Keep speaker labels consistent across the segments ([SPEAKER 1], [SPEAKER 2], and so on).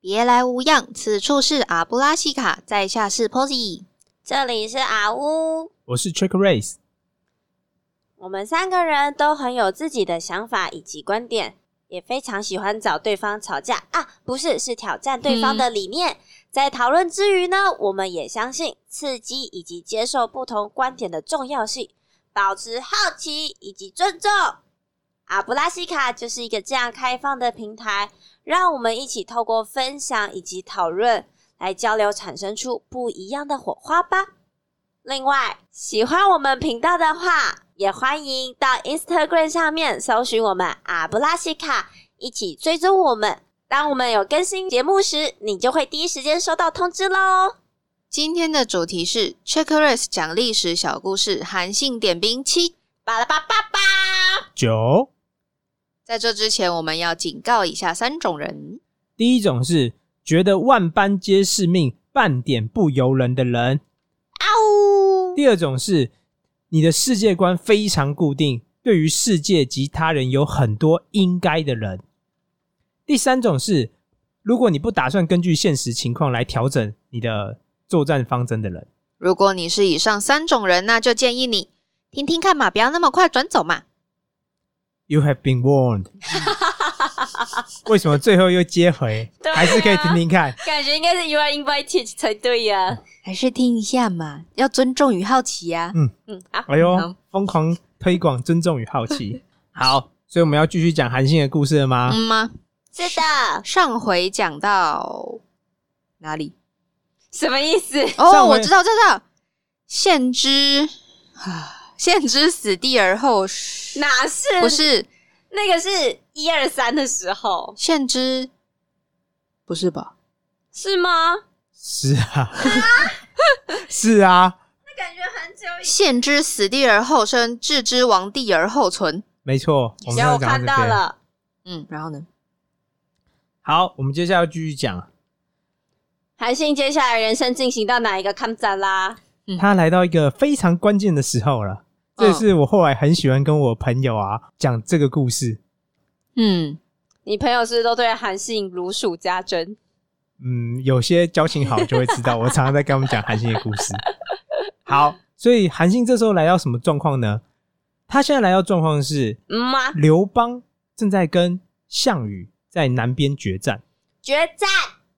[SPEAKER 1] 别来无恙，此处是阿布拉西卡，在下是 Posy。
[SPEAKER 2] 这里是阿乌，
[SPEAKER 3] 我是 Trick Race，
[SPEAKER 2] 我们三个人都很有自己的想法以及观点，也非常喜欢找对方吵架啊，不是，是挑战对
[SPEAKER 1] 嗯
[SPEAKER 2] 方的理念。在讨论之余呢，我们也相信刺激以及接受不同观点的重要性，保持好奇以及尊重。阿布拉西卡就是一个这样开放的平台，让我们一起透过分享以及讨论来交流，产生出不一样的火花吧。另外，喜欢我们频道的话，也欢迎到 Instagram 上面搜寻我们阿布拉西卡，一起追踪我们。当我们有更新节目时，你就会第一时间收到通知喽。
[SPEAKER 1] 今天的主题是 Check Race 讲历史小故事，韩信点兵七。
[SPEAKER 2] 巴拉巴巴巴，
[SPEAKER 3] 九。
[SPEAKER 1] 在这之前，我们要警告以下三种人：
[SPEAKER 3] 第一种是觉得万般皆是命，半点不由人的人；
[SPEAKER 2] 啊呜！
[SPEAKER 3] 第二种是你的世界观非常固定，对于世界及他人有很多应该的人；第三种是如果你不打算根据现实情况来调整你的作战方针的人。
[SPEAKER 1] 如果你是以上三种人，那就建议你听听看嘛，不要那么快转走嘛。
[SPEAKER 3] You have been warned 。为什么最后又接回？
[SPEAKER 2] 对啊
[SPEAKER 3] 还是可以听听看。
[SPEAKER 2] 感觉应该是 You are invited 才对呀、
[SPEAKER 1] 还是听一下嘛，要尊重与好奇呀、
[SPEAKER 2] 嗯啊，
[SPEAKER 3] 哎
[SPEAKER 1] 好
[SPEAKER 3] 呦，疯狂推广尊重与好奇。好，所以我们要继续讲韩信的故事了吗？
[SPEAKER 1] 嗯吗？
[SPEAKER 2] 是的，
[SPEAKER 1] 上回讲到哪里？
[SPEAKER 2] 什么意思？
[SPEAKER 1] 哦，
[SPEAKER 3] 上回
[SPEAKER 1] 我知道，知道，限之啊，限之死地而后生，
[SPEAKER 2] 哪是？
[SPEAKER 1] 不是
[SPEAKER 2] 那个是一二三的时候，
[SPEAKER 1] 限之，不是吧？
[SPEAKER 2] 是吗？
[SPEAKER 3] 是啊， 是啊，
[SPEAKER 2] 那感觉很久以前。
[SPEAKER 1] 限之死地而后生，置之亡地而后存。
[SPEAKER 3] 没错。我们
[SPEAKER 2] 行，我
[SPEAKER 3] 要讲
[SPEAKER 2] 看
[SPEAKER 3] 这
[SPEAKER 2] 到
[SPEAKER 3] 边。
[SPEAKER 2] 了。
[SPEAKER 1] 嗯，然后呢？
[SPEAKER 3] 好，我们接下来要继续讲。
[SPEAKER 2] 韩信接下来人生进行到哪一个抗战啦？
[SPEAKER 3] 他来到一个非常关键的时候了，这也是我后来很喜欢跟我朋友啊讲这个故事。
[SPEAKER 1] 嗯，
[SPEAKER 2] 你朋友是不是都对韩信如数家珍？
[SPEAKER 3] 嗯，有些交情好就会知道，我常常在跟他们讲韩信的故事。好，所以韩信这时候来到什么状况呢？他现在来到状况是
[SPEAKER 2] 嗯吗？
[SPEAKER 3] 刘邦正在跟项羽在南边决战，
[SPEAKER 2] 决战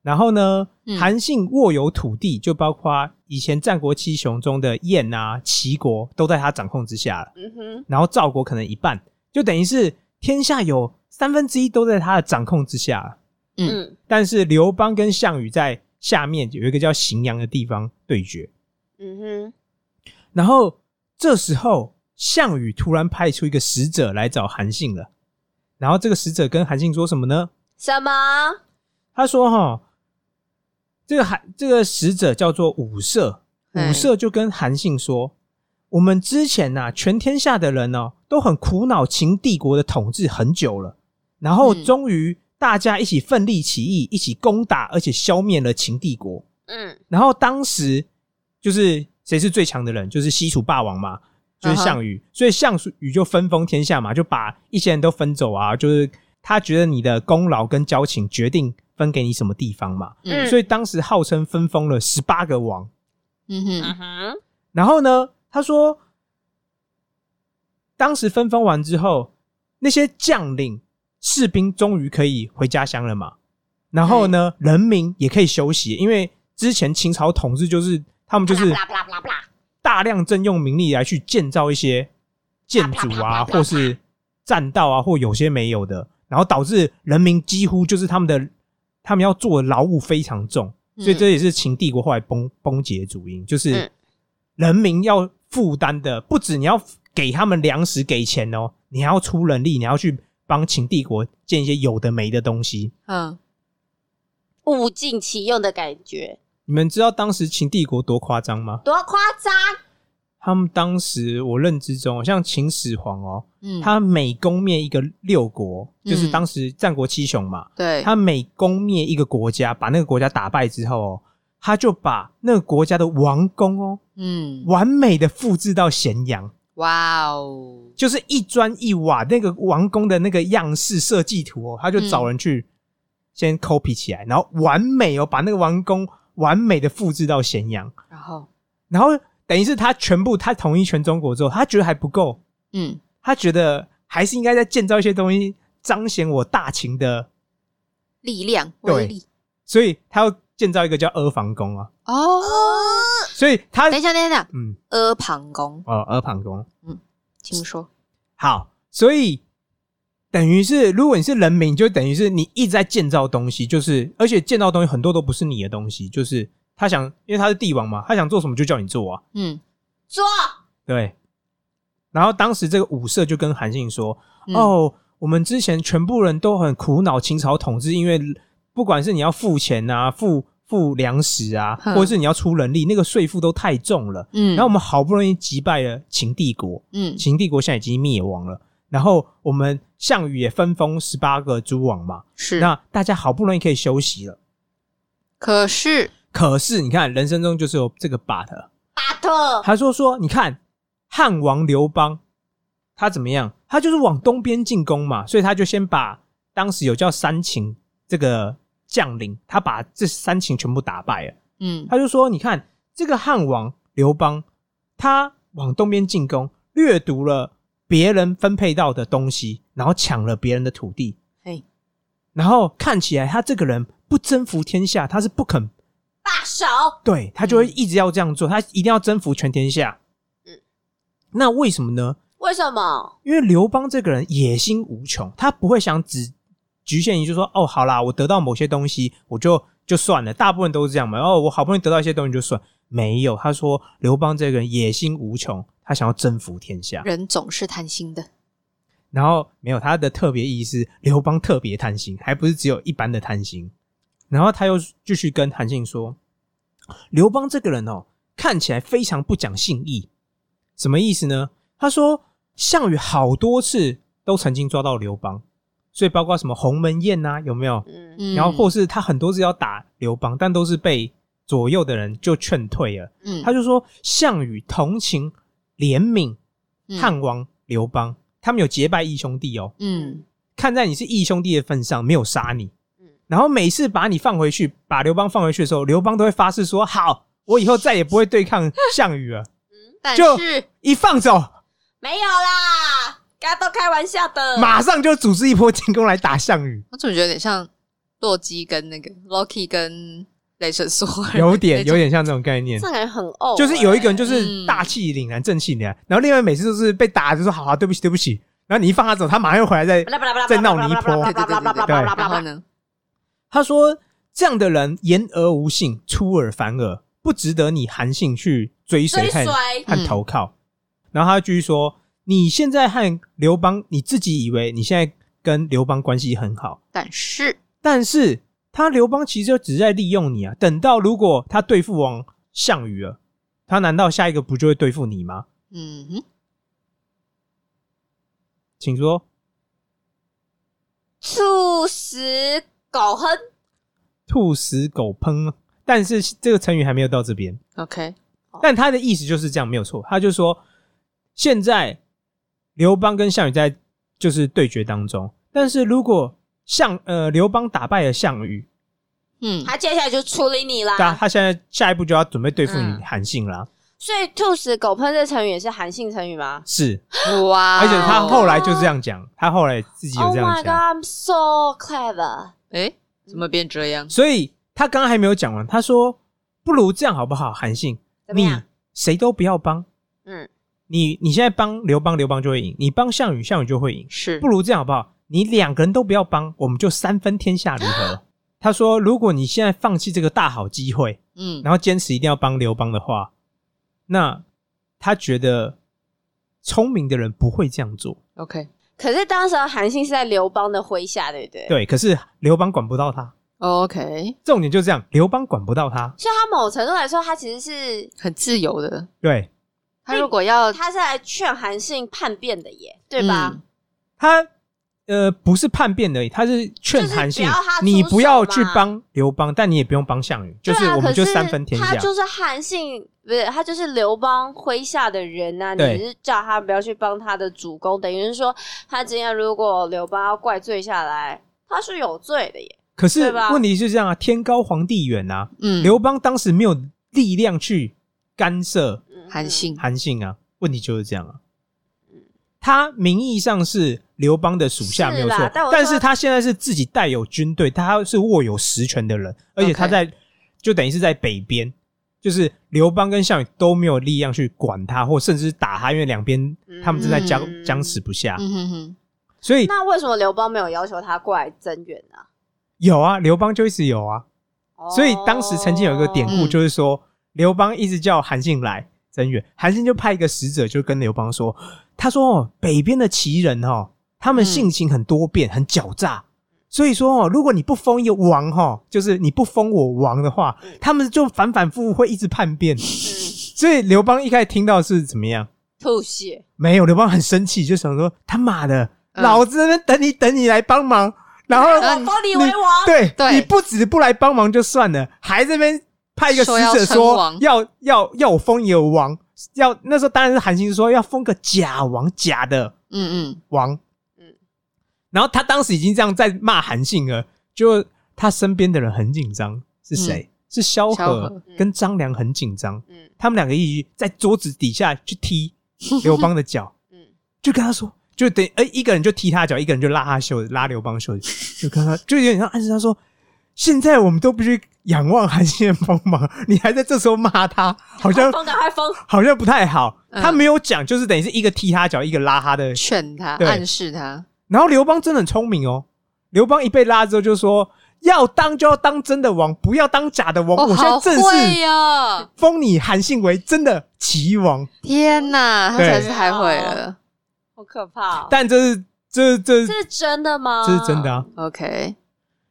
[SPEAKER 3] 然后呢
[SPEAKER 1] 嗯，
[SPEAKER 3] 韩信握有土地，就包括以前战国七雄中的燕啊、齐国都在他掌控之下了，
[SPEAKER 2] 嗯哼，
[SPEAKER 3] 然后赵国可能一半，就等于是天下有三分之一都在他的掌控之下了。
[SPEAKER 2] 嗯
[SPEAKER 3] 但是刘邦跟项羽在下面有一个叫荥阳的地方对决。
[SPEAKER 2] 嗯哼，
[SPEAKER 3] 然后这时候，项羽突然派出一个使者来找韩信了。然后这个使者跟韩信说什么呢？
[SPEAKER 2] 什么？
[SPEAKER 3] 他说：“哈，这个韩这个使者叫做武涉，
[SPEAKER 1] 嗯
[SPEAKER 3] 武涉就跟韩信说，我们之前呐、全天下的人哦，都很苦恼秦帝国的统治很久了，然后
[SPEAKER 1] 嗯
[SPEAKER 3] 终于大家一起奋力起义，一起攻打，而且消灭了秦帝国。
[SPEAKER 2] 嗯
[SPEAKER 3] 然后当时就是谁是最强的人，就是西楚霸王嘛，就是项羽。所以项羽就分封天下嘛，就把一些人都分走啊，就是他觉得你的功劳跟交情决定分给你什么地方嘛。
[SPEAKER 1] 嗯
[SPEAKER 3] 所以当时号称分封了十八个王。
[SPEAKER 1] 嗯哼，
[SPEAKER 2] 嗯哼，
[SPEAKER 3] 然后呢，他说，当时分封完之后，那些将领、士兵终于可以回家乡了嘛。然后呢，人民也可以休息，因为之前秦朝统治就是他们就是
[SPEAKER 2] 啪啦啪啦啪啦
[SPEAKER 3] 大量征用民力来去建造一些建筑啊，或是栈道啊，或有些没有的，然后导致人民几乎就是他们的他们要做的劳务非常重，所以这也是秦帝国后来崩崩解的主因，就
[SPEAKER 2] 嗯
[SPEAKER 3] 是人民要负担的不止你要给他们粮食给钱哦，你还要出人力，你要去帮秦帝国建一些有的没的东西。
[SPEAKER 1] 嗯，
[SPEAKER 2] 物尽其用的感觉，
[SPEAKER 3] 你们知道当时秦帝国多夸张吗？
[SPEAKER 2] 多夸张！
[SPEAKER 3] 他们当时我认知中哦，像秦始皇哦，
[SPEAKER 1] 嗯，
[SPEAKER 3] 他每攻灭一个六国，
[SPEAKER 1] 嗯
[SPEAKER 3] 就是当时战国七雄嘛，
[SPEAKER 1] 对，
[SPEAKER 3] 他每攻灭一个国家，把那个国家打败之后哦，他就把那个国家的王宫哦，
[SPEAKER 1] 嗯，
[SPEAKER 3] 完美的复制到咸阳，
[SPEAKER 1] 哇哦，
[SPEAKER 3] 就是一砖一瓦那个王宫的那个样式设计图哦，他就找人去先 copy 起
[SPEAKER 1] 嗯
[SPEAKER 3] 来，然后完美哦，把那个王宫完美的复制到咸阳，
[SPEAKER 1] 然后，
[SPEAKER 3] 然后等于是他全部他统一全中国之后，他觉得还不够，
[SPEAKER 1] 嗯，
[SPEAKER 3] 他觉得还是应该再建造一些东西彰显我大秦的，
[SPEAKER 1] 力量
[SPEAKER 3] 对
[SPEAKER 1] 威力。
[SPEAKER 3] 所以他要建造一个叫阿房宫啊，
[SPEAKER 1] 哦，
[SPEAKER 3] 所以他
[SPEAKER 1] 等一下，等一下，
[SPEAKER 3] 嗯
[SPEAKER 1] 阿房宫，
[SPEAKER 3] 哦阿房宫
[SPEAKER 1] 听说
[SPEAKER 3] 好，所以等于是如果你是人民，就等于是你一直在建造东西，就是而且建造东西很多都不是你的东西，就是他想，因为他是帝王嘛，他想做什么就叫你做啊，
[SPEAKER 1] 嗯，
[SPEAKER 2] 做
[SPEAKER 3] 对。然后当时这个武社就跟韩信说：“
[SPEAKER 1] 嗯，
[SPEAKER 3] 哦，我们之前全部人都很苦恼秦朝统治，因为不管是你要付钱啊、付付粮食啊，
[SPEAKER 1] 嗯
[SPEAKER 3] 或者是你要出人力，那个税负都太重了。
[SPEAKER 1] 嗯，
[SPEAKER 3] 然后我们好不容易击败了秦帝国，
[SPEAKER 1] 嗯
[SPEAKER 3] 秦帝国现在已经灭亡了。然后我们项羽也分封十八个诸王嘛，
[SPEAKER 1] 是，
[SPEAKER 3] 那大家好不容易可以休息了。
[SPEAKER 1] 可是
[SPEAKER 3] 可是你看，人生中就是有这个 but。
[SPEAKER 2] 巴特
[SPEAKER 3] 他说说，你看汉王刘邦，他怎么样？他就是往东边进攻嘛，所以他就先把当时有叫三秦这个将领，他把这三秦全部打败了。
[SPEAKER 1] 嗯
[SPEAKER 3] 他就说，你看这个汉王刘邦，他往东边进攻，掠夺了别人分配到的东西，然后抢了别人的土地
[SPEAKER 1] 嘿，
[SPEAKER 3] 然后看起来他这个人不征服天下，他是不肯
[SPEAKER 2] 罢手，
[SPEAKER 3] 对他就会一直要这样做，他一定要征服全天下。
[SPEAKER 2] 嗯
[SPEAKER 3] 那为什么呢？
[SPEAKER 2] 为什么？
[SPEAKER 3] 因为刘邦这个人野心无穷，他不会想只局限于就说哦，好啦，我得到某些东西我就就算了，大部分都是这样嘛。哦，我好不容易得到一些东西就算，没有。他说刘邦这个人野心无穷，他想要征服天下。
[SPEAKER 1] 人总是贪心的，
[SPEAKER 3] 然后没有他的特别意思，刘邦特别贪心，还不是只有一般的贪心。然后他又继续跟韩信说，刘邦这个人哦，看起来非常不讲信义，什么意思呢？他说项羽好多次都曾经抓到刘邦，所以包括什么鸿门宴呐、啊有没有？
[SPEAKER 2] 嗯，
[SPEAKER 1] 嗯，
[SPEAKER 3] 然后或是他很多次要打刘邦，但都是被左右的人就劝退了。
[SPEAKER 1] 嗯，
[SPEAKER 3] 他就说项羽同情怜悯
[SPEAKER 1] 嗯
[SPEAKER 3] 汉王刘邦，他们有结拜义兄弟哦，
[SPEAKER 1] 嗯
[SPEAKER 3] 看在你是义兄弟的份上，没有杀你
[SPEAKER 2] 嗯。
[SPEAKER 3] 然后每次把你放回去，把刘邦放回去的时候，刘邦都会发誓说：“好，我以后再也不会对抗项羽了。
[SPEAKER 1] 但”
[SPEAKER 3] 就是一放走，
[SPEAKER 2] 没有啦，大家都开玩笑的。
[SPEAKER 3] 马上就组织一波进攻来打项羽，
[SPEAKER 1] 我总觉得有点像洛基跟那个 Loki 跟雷神索尔，
[SPEAKER 3] 有点
[SPEAKER 1] 那种
[SPEAKER 3] 有点像这种概念
[SPEAKER 2] 这，个人很呕欸，
[SPEAKER 3] 就是有一个人就
[SPEAKER 1] 嗯
[SPEAKER 3] 是大气凛然、正气凛然，然后另外每次都是被打就说：“好好，对不起，对不起。”然后你一放他走，他马上又回来再
[SPEAKER 2] 巴拉巴拉巴拉
[SPEAKER 3] 再闹你一波
[SPEAKER 2] 巴
[SPEAKER 1] 对
[SPEAKER 2] 拉巴
[SPEAKER 1] 对对
[SPEAKER 2] 拉巴
[SPEAKER 1] 对
[SPEAKER 2] 拉
[SPEAKER 1] 对
[SPEAKER 2] 巴
[SPEAKER 1] 对，
[SPEAKER 2] 拉巴拉巴拉
[SPEAKER 1] 然
[SPEAKER 2] 巴
[SPEAKER 1] 后
[SPEAKER 2] 拉
[SPEAKER 1] 呢，
[SPEAKER 3] 他说：“这样的人言而无信，出尔反尔，不值得你韩信去追随
[SPEAKER 2] 追
[SPEAKER 3] 和
[SPEAKER 2] 随
[SPEAKER 3] 和投靠。然后他继续说：“你现在和刘邦，你自己以为你现在跟刘邦关系很好，
[SPEAKER 1] 但是
[SPEAKER 3] 但是他刘邦其实就只是在利用你啊。等到如果他对付王项羽了，他难道下一个不就会对付你吗？
[SPEAKER 1] 嗯哼，
[SPEAKER 3] 请说。”
[SPEAKER 2] 促使狗哼，
[SPEAKER 3] 兔死狗烹。但是这个成语还没有到这边，
[SPEAKER 1] OK，
[SPEAKER 3] 但他的意思就是这样，没有错。他就说，现在刘邦跟项羽在就是对决当中，但是如果项呃刘邦打败了项羽，
[SPEAKER 1] 嗯，
[SPEAKER 2] 他接下来就处理你啦。
[SPEAKER 3] 那他现在下一步就要准备对付
[SPEAKER 1] 嗯
[SPEAKER 3] 你韩信啦。
[SPEAKER 2] 所以“兔死狗烹”这成语也是韩信成语吗
[SPEAKER 3] 是，
[SPEAKER 2] 啊
[SPEAKER 1] 哇哦，
[SPEAKER 3] 而且他后来就这样讲，他后来自己有
[SPEAKER 2] ？Oh
[SPEAKER 3] 这
[SPEAKER 2] my
[SPEAKER 3] 样
[SPEAKER 2] god,
[SPEAKER 3] 讲，
[SPEAKER 2] I'm so clever！
[SPEAKER 1] 哎，怎么变这样？
[SPEAKER 3] 所以他刚刚还没有讲完，他说不如这样好不好，韩信，
[SPEAKER 2] 怎么
[SPEAKER 3] 你
[SPEAKER 2] 样
[SPEAKER 3] 谁都不要帮，
[SPEAKER 2] 嗯，
[SPEAKER 3] 你你现在帮刘邦，刘邦就会赢；你帮项羽，项羽就会赢。
[SPEAKER 1] 是
[SPEAKER 3] 不如这样好不好？你两个人都不要帮，我们就三分天下如何？他说，如果你现在放弃这个大好机会，
[SPEAKER 1] 嗯，
[SPEAKER 3] 然后坚持一定要帮刘邦的话，那他觉得聪明的人不会这样做。
[SPEAKER 1] OK，
[SPEAKER 2] 可是当时韩信是在刘邦的麾下，对不对？。
[SPEAKER 3] 对，可是刘邦管不到他，
[SPEAKER 1] OK，
[SPEAKER 3] 重点就是这样，刘邦管不到他。
[SPEAKER 2] 所以他某程度来说，他其实是呃
[SPEAKER 1] 很自由的。
[SPEAKER 3] 对
[SPEAKER 1] 他如果要
[SPEAKER 2] 他是来劝韩信叛变的耶，对吧？
[SPEAKER 1] 嗯
[SPEAKER 3] 他，呃，不是叛变而已，他是劝
[SPEAKER 2] 就是
[SPEAKER 3] 韩信
[SPEAKER 2] 不要他，出
[SPEAKER 3] 你不要
[SPEAKER 2] 手
[SPEAKER 3] 去
[SPEAKER 2] 嘛
[SPEAKER 3] 帮刘邦，但你也不用帮项羽，就
[SPEAKER 2] 对啊，
[SPEAKER 3] 我们
[SPEAKER 2] 可
[SPEAKER 3] 就是三分天下
[SPEAKER 2] 他。就是韩信，不是他就是刘邦麾下的人呐、啊。
[SPEAKER 3] 对
[SPEAKER 2] 你是叫他不要去帮他的主公，等于是说他今天如果刘邦要怪罪下来，他是有罪的耶。
[SPEAKER 3] 可是
[SPEAKER 2] 对吧
[SPEAKER 3] 问题是这样啊，天高皇帝远啊，
[SPEAKER 1] 嗯，
[SPEAKER 3] 刘邦当时没有力量去干涉
[SPEAKER 2] 嗯
[SPEAKER 1] 韩信，
[SPEAKER 3] 韩信啊，问题就是这样啊。他名义上是刘邦的属下
[SPEAKER 2] 是
[SPEAKER 3] 没有
[SPEAKER 2] 啦
[SPEAKER 3] 错，
[SPEAKER 2] 但我
[SPEAKER 3] 但
[SPEAKER 2] 说
[SPEAKER 3] 是他现在是自己带有军队，他是握有实权的人，而且
[SPEAKER 1] OK
[SPEAKER 3] 他在就等于是在北边，就是刘邦跟项羽都没有力量去管他，或甚至打他，因为两边他们正在僵、
[SPEAKER 2] 嗯
[SPEAKER 3] 僵持不下，
[SPEAKER 1] 嗯哼哼，
[SPEAKER 3] 所以
[SPEAKER 2] 那为什么刘邦没有要求他过来增援呢、
[SPEAKER 3] 有啊，刘邦就一直有啊，
[SPEAKER 2] 哦
[SPEAKER 3] 所以当时曾经有一个典故，
[SPEAKER 1] 嗯
[SPEAKER 3] 就是说刘邦一直叫韩信来增援，韩信就派一个使者，就跟刘邦说，他说哦，北边的齐人哦，他们
[SPEAKER 1] 嗯
[SPEAKER 3] 性情很多变，很狡诈。所以说哦，如果你不封一个王哦，就是你不封我王的话，他们就反反复复会一直叛变。
[SPEAKER 2] 嗯
[SPEAKER 3] 所以刘邦一开始听到是怎么样？
[SPEAKER 2] 吐血，
[SPEAKER 3] 没有，刘邦很生气，就想说他妈的，
[SPEAKER 1] 嗯
[SPEAKER 3] 老子在那边等你，等你来帮忙，
[SPEAKER 2] 嗯
[SPEAKER 3] 然后
[SPEAKER 1] 然后
[SPEAKER 2] 封你呃为王，
[SPEAKER 3] 对，
[SPEAKER 1] 哦对
[SPEAKER 3] 你不止不来帮忙就算了，还这边派一个使
[SPEAKER 1] 说要
[SPEAKER 3] 者
[SPEAKER 1] 称
[SPEAKER 3] 说
[SPEAKER 1] 王
[SPEAKER 3] 要要要我封一个王，要那时候当然是韩信说要封个假王，假的
[SPEAKER 1] 嗯
[SPEAKER 3] 王。
[SPEAKER 2] 嗯
[SPEAKER 3] 然后他当时已经这样在骂韩信了，就他身边的人很紧张，是谁？是萧
[SPEAKER 1] 嗯萧
[SPEAKER 3] 何
[SPEAKER 1] 何嗯
[SPEAKER 3] 跟张良很紧张，
[SPEAKER 2] 嗯
[SPEAKER 3] 他们两个一起在桌子底下去踢刘邦的脚，
[SPEAKER 2] 嗯，
[SPEAKER 3] 就跟他说，就等哎、一个人就踢他脚，一个人就拉他袖子，拉刘邦袖子，就跟他 就有点像暗示他说，现在我们都必须仰望韩信的帮忙，你还在这时候骂他，好像
[SPEAKER 2] 封赶快封，
[SPEAKER 3] 好像不太好。
[SPEAKER 1] 哦嗯
[SPEAKER 3] 他没有讲，就是等于是一个踢他脚，一个拉他的
[SPEAKER 1] 嗯，。劝他，
[SPEAKER 3] 对
[SPEAKER 1] 暗示他，
[SPEAKER 3] 然后刘邦真的很聪明哦，刘邦一被拉之后就说。要当就要当真的王，不要当假的王。
[SPEAKER 1] 哦，
[SPEAKER 3] 我现在
[SPEAKER 1] 好
[SPEAKER 3] 正
[SPEAKER 1] 会啊哦
[SPEAKER 3] 式
[SPEAKER 1] 呀！
[SPEAKER 3] 封你韩信为真的齐王，
[SPEAKER 1] 天哪，他
[SPEAKER 3] 对
[SPEAKER 1] 才是太会了。
[SPEAKER 2] 好可怕哦、
[SPEAKER 3] 但这是这这
[SPEAKER 2] 这是真的吗？
[SPEAKER 3] 这是真的啊！
[SPEAKER 1] OK，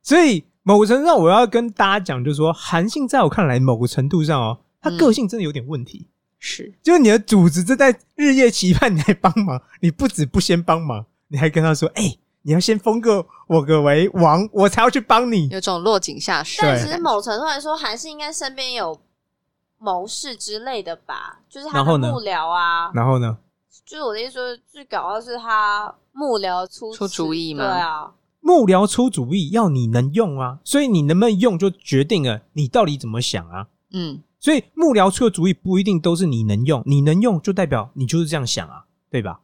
[SPEAKER 3] 所以某个程度上，我要跟大家讲，就是说，韩信在我看来，某个程度上哦，他个性真的有点问题。
[SPEAKER 1] 是
[SPEAKER 3] 就是你的组织正在日夜期盼你来帮忙， 你不止不先帮忙，你还跟他说：“哎、你要先封个我个为王，我才要去帮你。
[SPEAKER 1] 有种落井下石的
[SPEAKER 2] 但
[SPEAKER 1] 感
[SPEAKER 2] 其
[SPEAKER 1] 觉。
[SPEAKER 2] 实某程度来说，韩信应该身边有谋士之类的吧，就是他
[SPEAKER 3] 然后
[SPEAKER 2] 的
[SPEAKER 3] 呢
[SPEAKER 2] 幕僚啊”。
[SPEAKER 3] 然后呢，
[SPEAKER 2] 就是我的意思说，最搞到是他幕僚出
[SPEAKER 1] 出主意吗
[SPEAKER 2] 对啊，
[SPEAKER 3] 幕僚出主意要你能用啊，所以你能不能用就决定了你到底怎么想啊。
[SPEAKER 1] 嗯，
[SPEAKER 3] 所以幕僚出的主意不一定都是你能用，你能用就代表你就是这样想啊，对吧？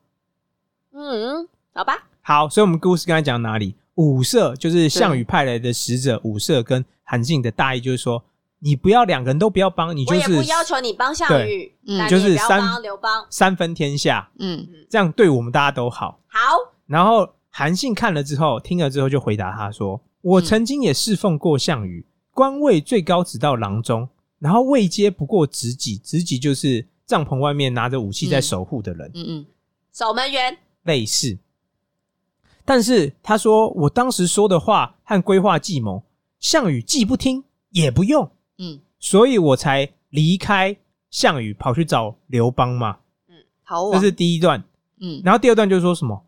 [SPEAKER 2] 嗯，好吧，
[SPEAKER 3] 好，所以我们故事刚才讲到哪里？武涉就是项羽派来的使者武涉跟韩信的大意就是说，你不要两个人都不要帮，你
[SPEAKER 2] 我
[SPEAKER 3] 就
[SPEAKER 2] 也不
[SPEAKER 3] 是
[SPEAKER 2] 要求你帮项羽，
[SPEAKER 1] 对嗯
[SPEAKER 2] 但你
[SPEAKER 3] 就是
[SPEAKER 2] 也不要
[SPEAKER 3] 三
[SPEAKER 2] 帮刘邦。
[SPEAKER 3] 三分天下，
[SPEAKER 1] 嗯
[SPEAKER 3] 这样对我们大家都好。
[SPEAKER 2] 好，
[SPEAKER 3] 然后韩信看了之后，听了之后就回答他说：“
[SPEAKER 2] 嗯
[SPEAKER 3] 我曾经也侍奉过项羽，官位最高只到郎中，然后位阶不过职级，职级就是帐篷外面拿着武器在守护的人。
[SPEAKER 1] 嗯嗯，
[SPEAKER 2] 守门员，
[SPEAKER 3] 类似。但是他说，我当时说的话和规划计谋，项羽既不听也不用，
[SPEAKER 1] 嗯，
[SPEAKER 3] 所以我才离开项羽，跑去找刘邦嘛。
[SPEAKER 1] 好
[SPEAKER 3] 这
[SPEAKER 1] 网，
[SPEAKER 3] 是第一段，
[SPEAKER 1] 嗯
[SPEAKER 3] 然后第二段就说什么，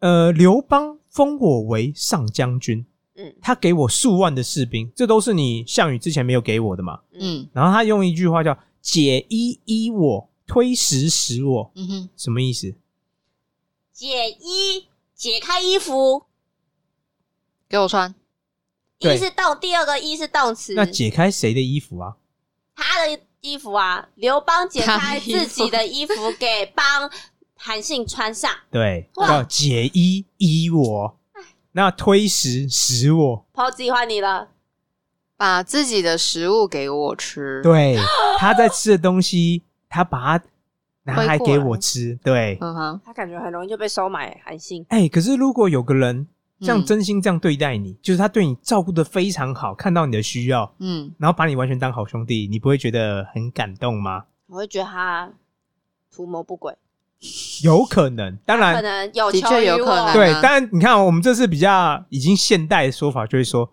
[SPEAKER 3] 呃，刘邦封我为上将军，
[SPEAKER 2] 嗯
[SPEAKER 3] 他给我数万的士兵，这都是你项羽之前没有给我的嘛。
[SPEAKER 1] 嗯
[SPEAKER 3] 然后他用一句话叫“解衣衣我，推食食我
[SPEAKER 1] 嗯哼”，，
[SPEAKER 3] 什么意思？
[SPEAKER 2] 解衣，解开衣服，
[SPEAKER 1] 给我穿，
[SPEAKER 2] 一
[SPEAKER 3] 对
[SPEAKER 2] 是动，第二个一是动词，
[SPEAKER 3] 那解开谁的衣服啊？
[SPEAKER 2] 他的衣服啊，刘邦解
[SPEAKER 1] 他
[SPEAKER 2] 开
[SPEAKER 1] 的衣服
[SPEAKER 2] 自己的衣服给帮韩信穿上，
[SPEAKER 3] 对，
[SPEAKER 2] 哇
[SPEAKER 3] 叫解衣衣我，那推食食我。
[SPEAKER 2] 抛自己换你了，
[SPEAKER 1] 把自己的食物给我吃。，
[SPEAKER 3] 对，他在吃的东西，他把它拿来
[SPEAKER 1] 推过
[SPEAKER 3] 给
[SPEAKER 1] 来
[SPEAKER 3] 我吃。对，
[SPEAKER 1] 嗯哼，
[SPEAKER 2] 他感觉很容易就被收买，韩信，
[SPEAKER 3] 哎、可是如果有个人这样
[SPEAKER 1] 嗯
[SPEAKER 3] 真心这样对待你，就是他对你照顾的非常好，看到你的需要，
[SPEAKER 1] 嗯，
[SPEAKER 3] 然后把你完全当好兄弟，你不会觉得很感动吗？
[SPEAKER 2] 我会觉得他图谋不轨，
[SPEAKER 3] 有可能，当
[SPEAKER 2] 可
[SPEAKER 3] 然，
[SPEAKER 2] 能有
[SPEAKER 1] 的
[SPEAKER 2] 求
[SPEAKER 1] 确
[SPEAKER 2] 于
[SPEAKER 1] 有可
[SPEAKER 2] 我
[SPEAKER 1] 能，
[SPEAKER 3] 对
[SPEAKER 1] 啊，
[SPEAKER 3] 当然，你看哦、我们这是比较已经现代的说法，就会说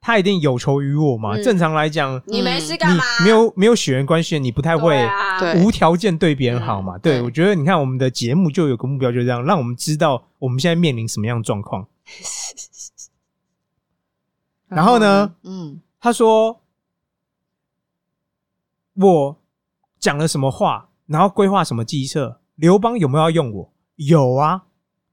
[SPEAKER 3] 他一定有求于我嘛。
[SPEAKER 2] 嗯
[SPEAKER 3] 正常来讲，
[SPEAKER 2] 你没事干嘛？
[SPEAKER 3] 嗯你没有没有血缘关系，你不太会
[SPEAKER 2] 对啊，
[SPEAKER 1] 对
[SPEAKER 3] 无条件对别人好嘛？对
[SPEAKER 1] 对
[SPEAKER 3] 我觉得你看我们的节目就有个目标，就是这样，让我们知道我们现在面临什么样的状况。然后呢？
[SPEAKER 1] 嗯
[SPEAKER 3] 他说我讲了什么话，然后规划什么计策，刘邦有没有要用我？有啊，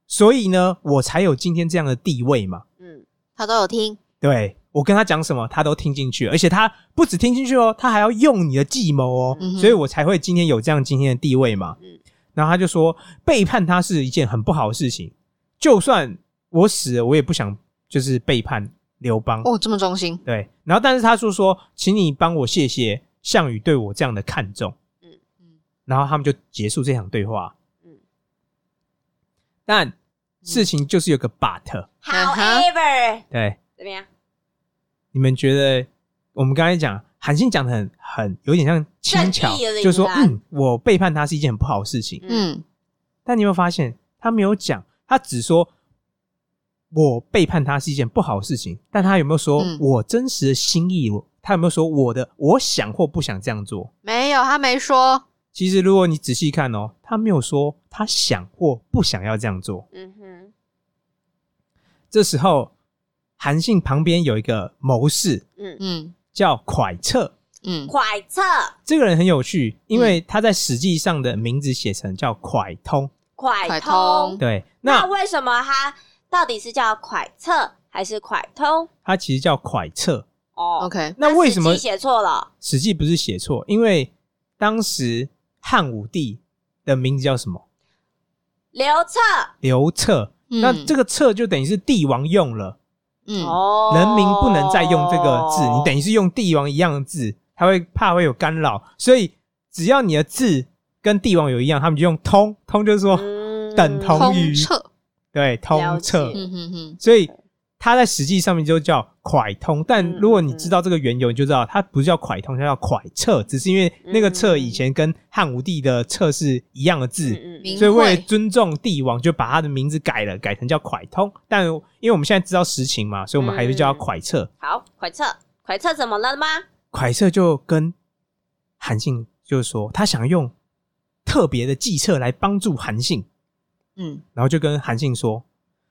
[SPEAKER 3] 所以呢，我才有今天这样的地位嘛。
[SPEAKER 2] 嗯，
[SPEAKER 1] 他都有听，
[SPEAKER 3] 对我跟他讲什么，他都听进去，而且他不止听进去哦，他还要用你的计谋哦，
[SPEAKER 1] 嗯哼
[SPEAKER 3] 所以我才会今天有这样今天的地位嘛。
[SPEAKER 2] 嗯
[SPEAKER 3] 然后他就说，背叛他是一件很不好的事情，就算我死了，我也不想就是背叛刘邦。
[SPEAKER 1] 哦，这么忠心，
[SPEAKER 3] 对，然后但是他说说，请你帮我谢谢项羽对我这样的看重。
[SPEAKER 2] 嗯
[SPEAKER 1] 嗯
[SPEAKER 3] 然后他们就结束这场对话。
[SPEAKER 2] 嗯
[SPEAKER 3] 但事情就是有个 but，、
[SPEAKER 1] 嗯哼
[SPEAKER 2] However，
[SPEAKER 3] 对，
[SPEAKER 2] 怎么样？
[SPEAKER 3] 你们觉得我们刚才讲韩信讲的很很有点像轻巧
[SPEAKER 2] 正义凛然，
[SPEAKER 3] 就说嗯，我背叛他是一件很不好的事情。
[SPEAKER 1] 嗯
[SPEAKER 3] 但你有没有发现他没有讲，他只说我背叛他是一件不好的事情，但他有没有说、
[SPEAKER 1] 嗯
[SPEAKER 3] 我真实的心意？我他有没有说我的我想或不想这样做？
[SPEAKER 1] 没有，他没说，
[SPEAKER 3] 其实如果你仔细看哦，他没有说他想或不想要这样做。
[SPEAKER 2] 嗯哼，
[SPEAKER 3] 这时候，韩信旁边有一个谋士
[SPEAKER 2] 嗯，
[SPEAKER 1] 嗯
[SPEAKER 3] 叫蒯彻，
[SPEAKER 1] 嗯
[SPEAKER 2] 快测
[SPEAKER 3] 这个人很有趣，因为
[SPEAKER 2] 嗯
[SPEAKER 3] 他在《史记》上的名字写成叫蒯通。
[SPEAKER 2] 快
[SPEAKER 1] 快
[SPEAKER 2] 通
[SPEAKER 1] 通。
[SPEAKER 3] 对，
[SPEAKER 2] 那
[SPEAKER 3] 那
[SPEAKER 2] 为什么它到底是叫快测还是快通？
[SPEAKER 3] 他其实叫蒯彻。
[SPEAKER 2] 哦
[SPEAKER 1] ，OK，
[SPEAKER 3] 那为什么
[SPEAKER 2] 实际写错了？
[SPEAKER 3] 《史记》不是写错？因为当时汉武帝的名字叫什么？
[SPEAKER 2] 刘彻
[SPEAKER 3] 刘彻。
[SPEAKER 1] 嗯
[SPEAKER 3] 那这个“彻”就等于是帝王用了，
[SPEAKER 1] 嗯
[SPEAKER 2] 哦，
[SPEAKER 3] 人民不能再用这个字，你等于是用帝王一样的字，他会怕会有干扰，所以只要你的字跟帝王有一样，他们就用“通”，“通”就是说。
[SPEAKER 2] 嗯
[SPEAKER 3] 哦等同
[SPEAKER 1] 通
[SPEAKER 3] 于
[SPEAKER 1] 彻，
[SPEAKER 3] 对，通彻
[SPEAKER 2] 了，解
[SPEAKER 1] 嗯哼哼，
[SPEAKER 3] 所以它在实际上面就叫蒯通。但
[SPEAKER 2] 嗯
[SPEAKER 3] 如果你知道这个缘由，你就知道它不是叫蒯通，它叫蒯彻，只是因为那个彻以前跟汉武帝的彻是一样的字，
[SPEAKER 2] 嗯
[SPEAKER 1] 明
[SPEAKER 3] 所以为了
[SPEAKER 1] 会
[SPEAKER 3] 尊重帝王，就把他的名字改了，改成叫蒯通。但因为我们现在知道实情嘛，所以我们还是叫他蒯彻。
[SPEAKER 2] 好，快测快测怎么了吗？
[SPEAKER 3] 蒯彻就跟韩信就说，他想用特别的计策来帮助韩信。
[SPEAKER 1] 嗯
[SPEAKER 3] 然后就跟韩信说：“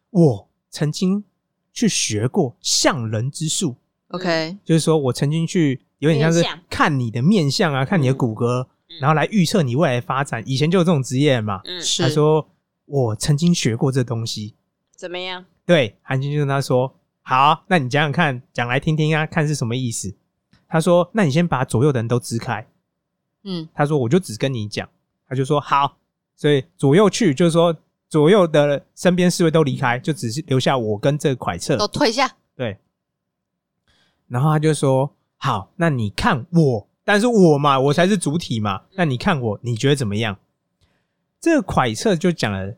[SPEAKER 3] 我曾经去学过相人之术，
[SPEAKER 1] ，OK，
[SPEAKER 3] 就是说我曾经去有点像是
[SPEAKER 2] 面嗯相
[SPEAKER 3] 看你的面相啊，看你的骨骼，然后来预测你未来发展。以前就有这种职业嘛。
[SPEAKER 2] 嗯，
[SPEAKER 1] 是
[SPEAKER 3] 他说：“我曾经学过这东西。
[SPEAKER 2] 怎么样？”
[SPEAKER 3] 对，韩信就跟他说：“好，那你讲讲看，讲来听听啊，看是什么意思。”他说：“那你先把左右的人都支开。”
[SPEAKER 1] 嗯
[SPEAKER 3] 他说我就只跟你讲，他就说好，所以左右去就是说左右的身边侍卫都离开，就只是留下我跟这个蒯彻
[SPEAKER 1] 都。退下，
[SPEAKER 3] 对，然后他就说好，那你看我，但是我嘛，我才是主体嘛，那你看我，你觉得怎么样？这个蒯彻就讲了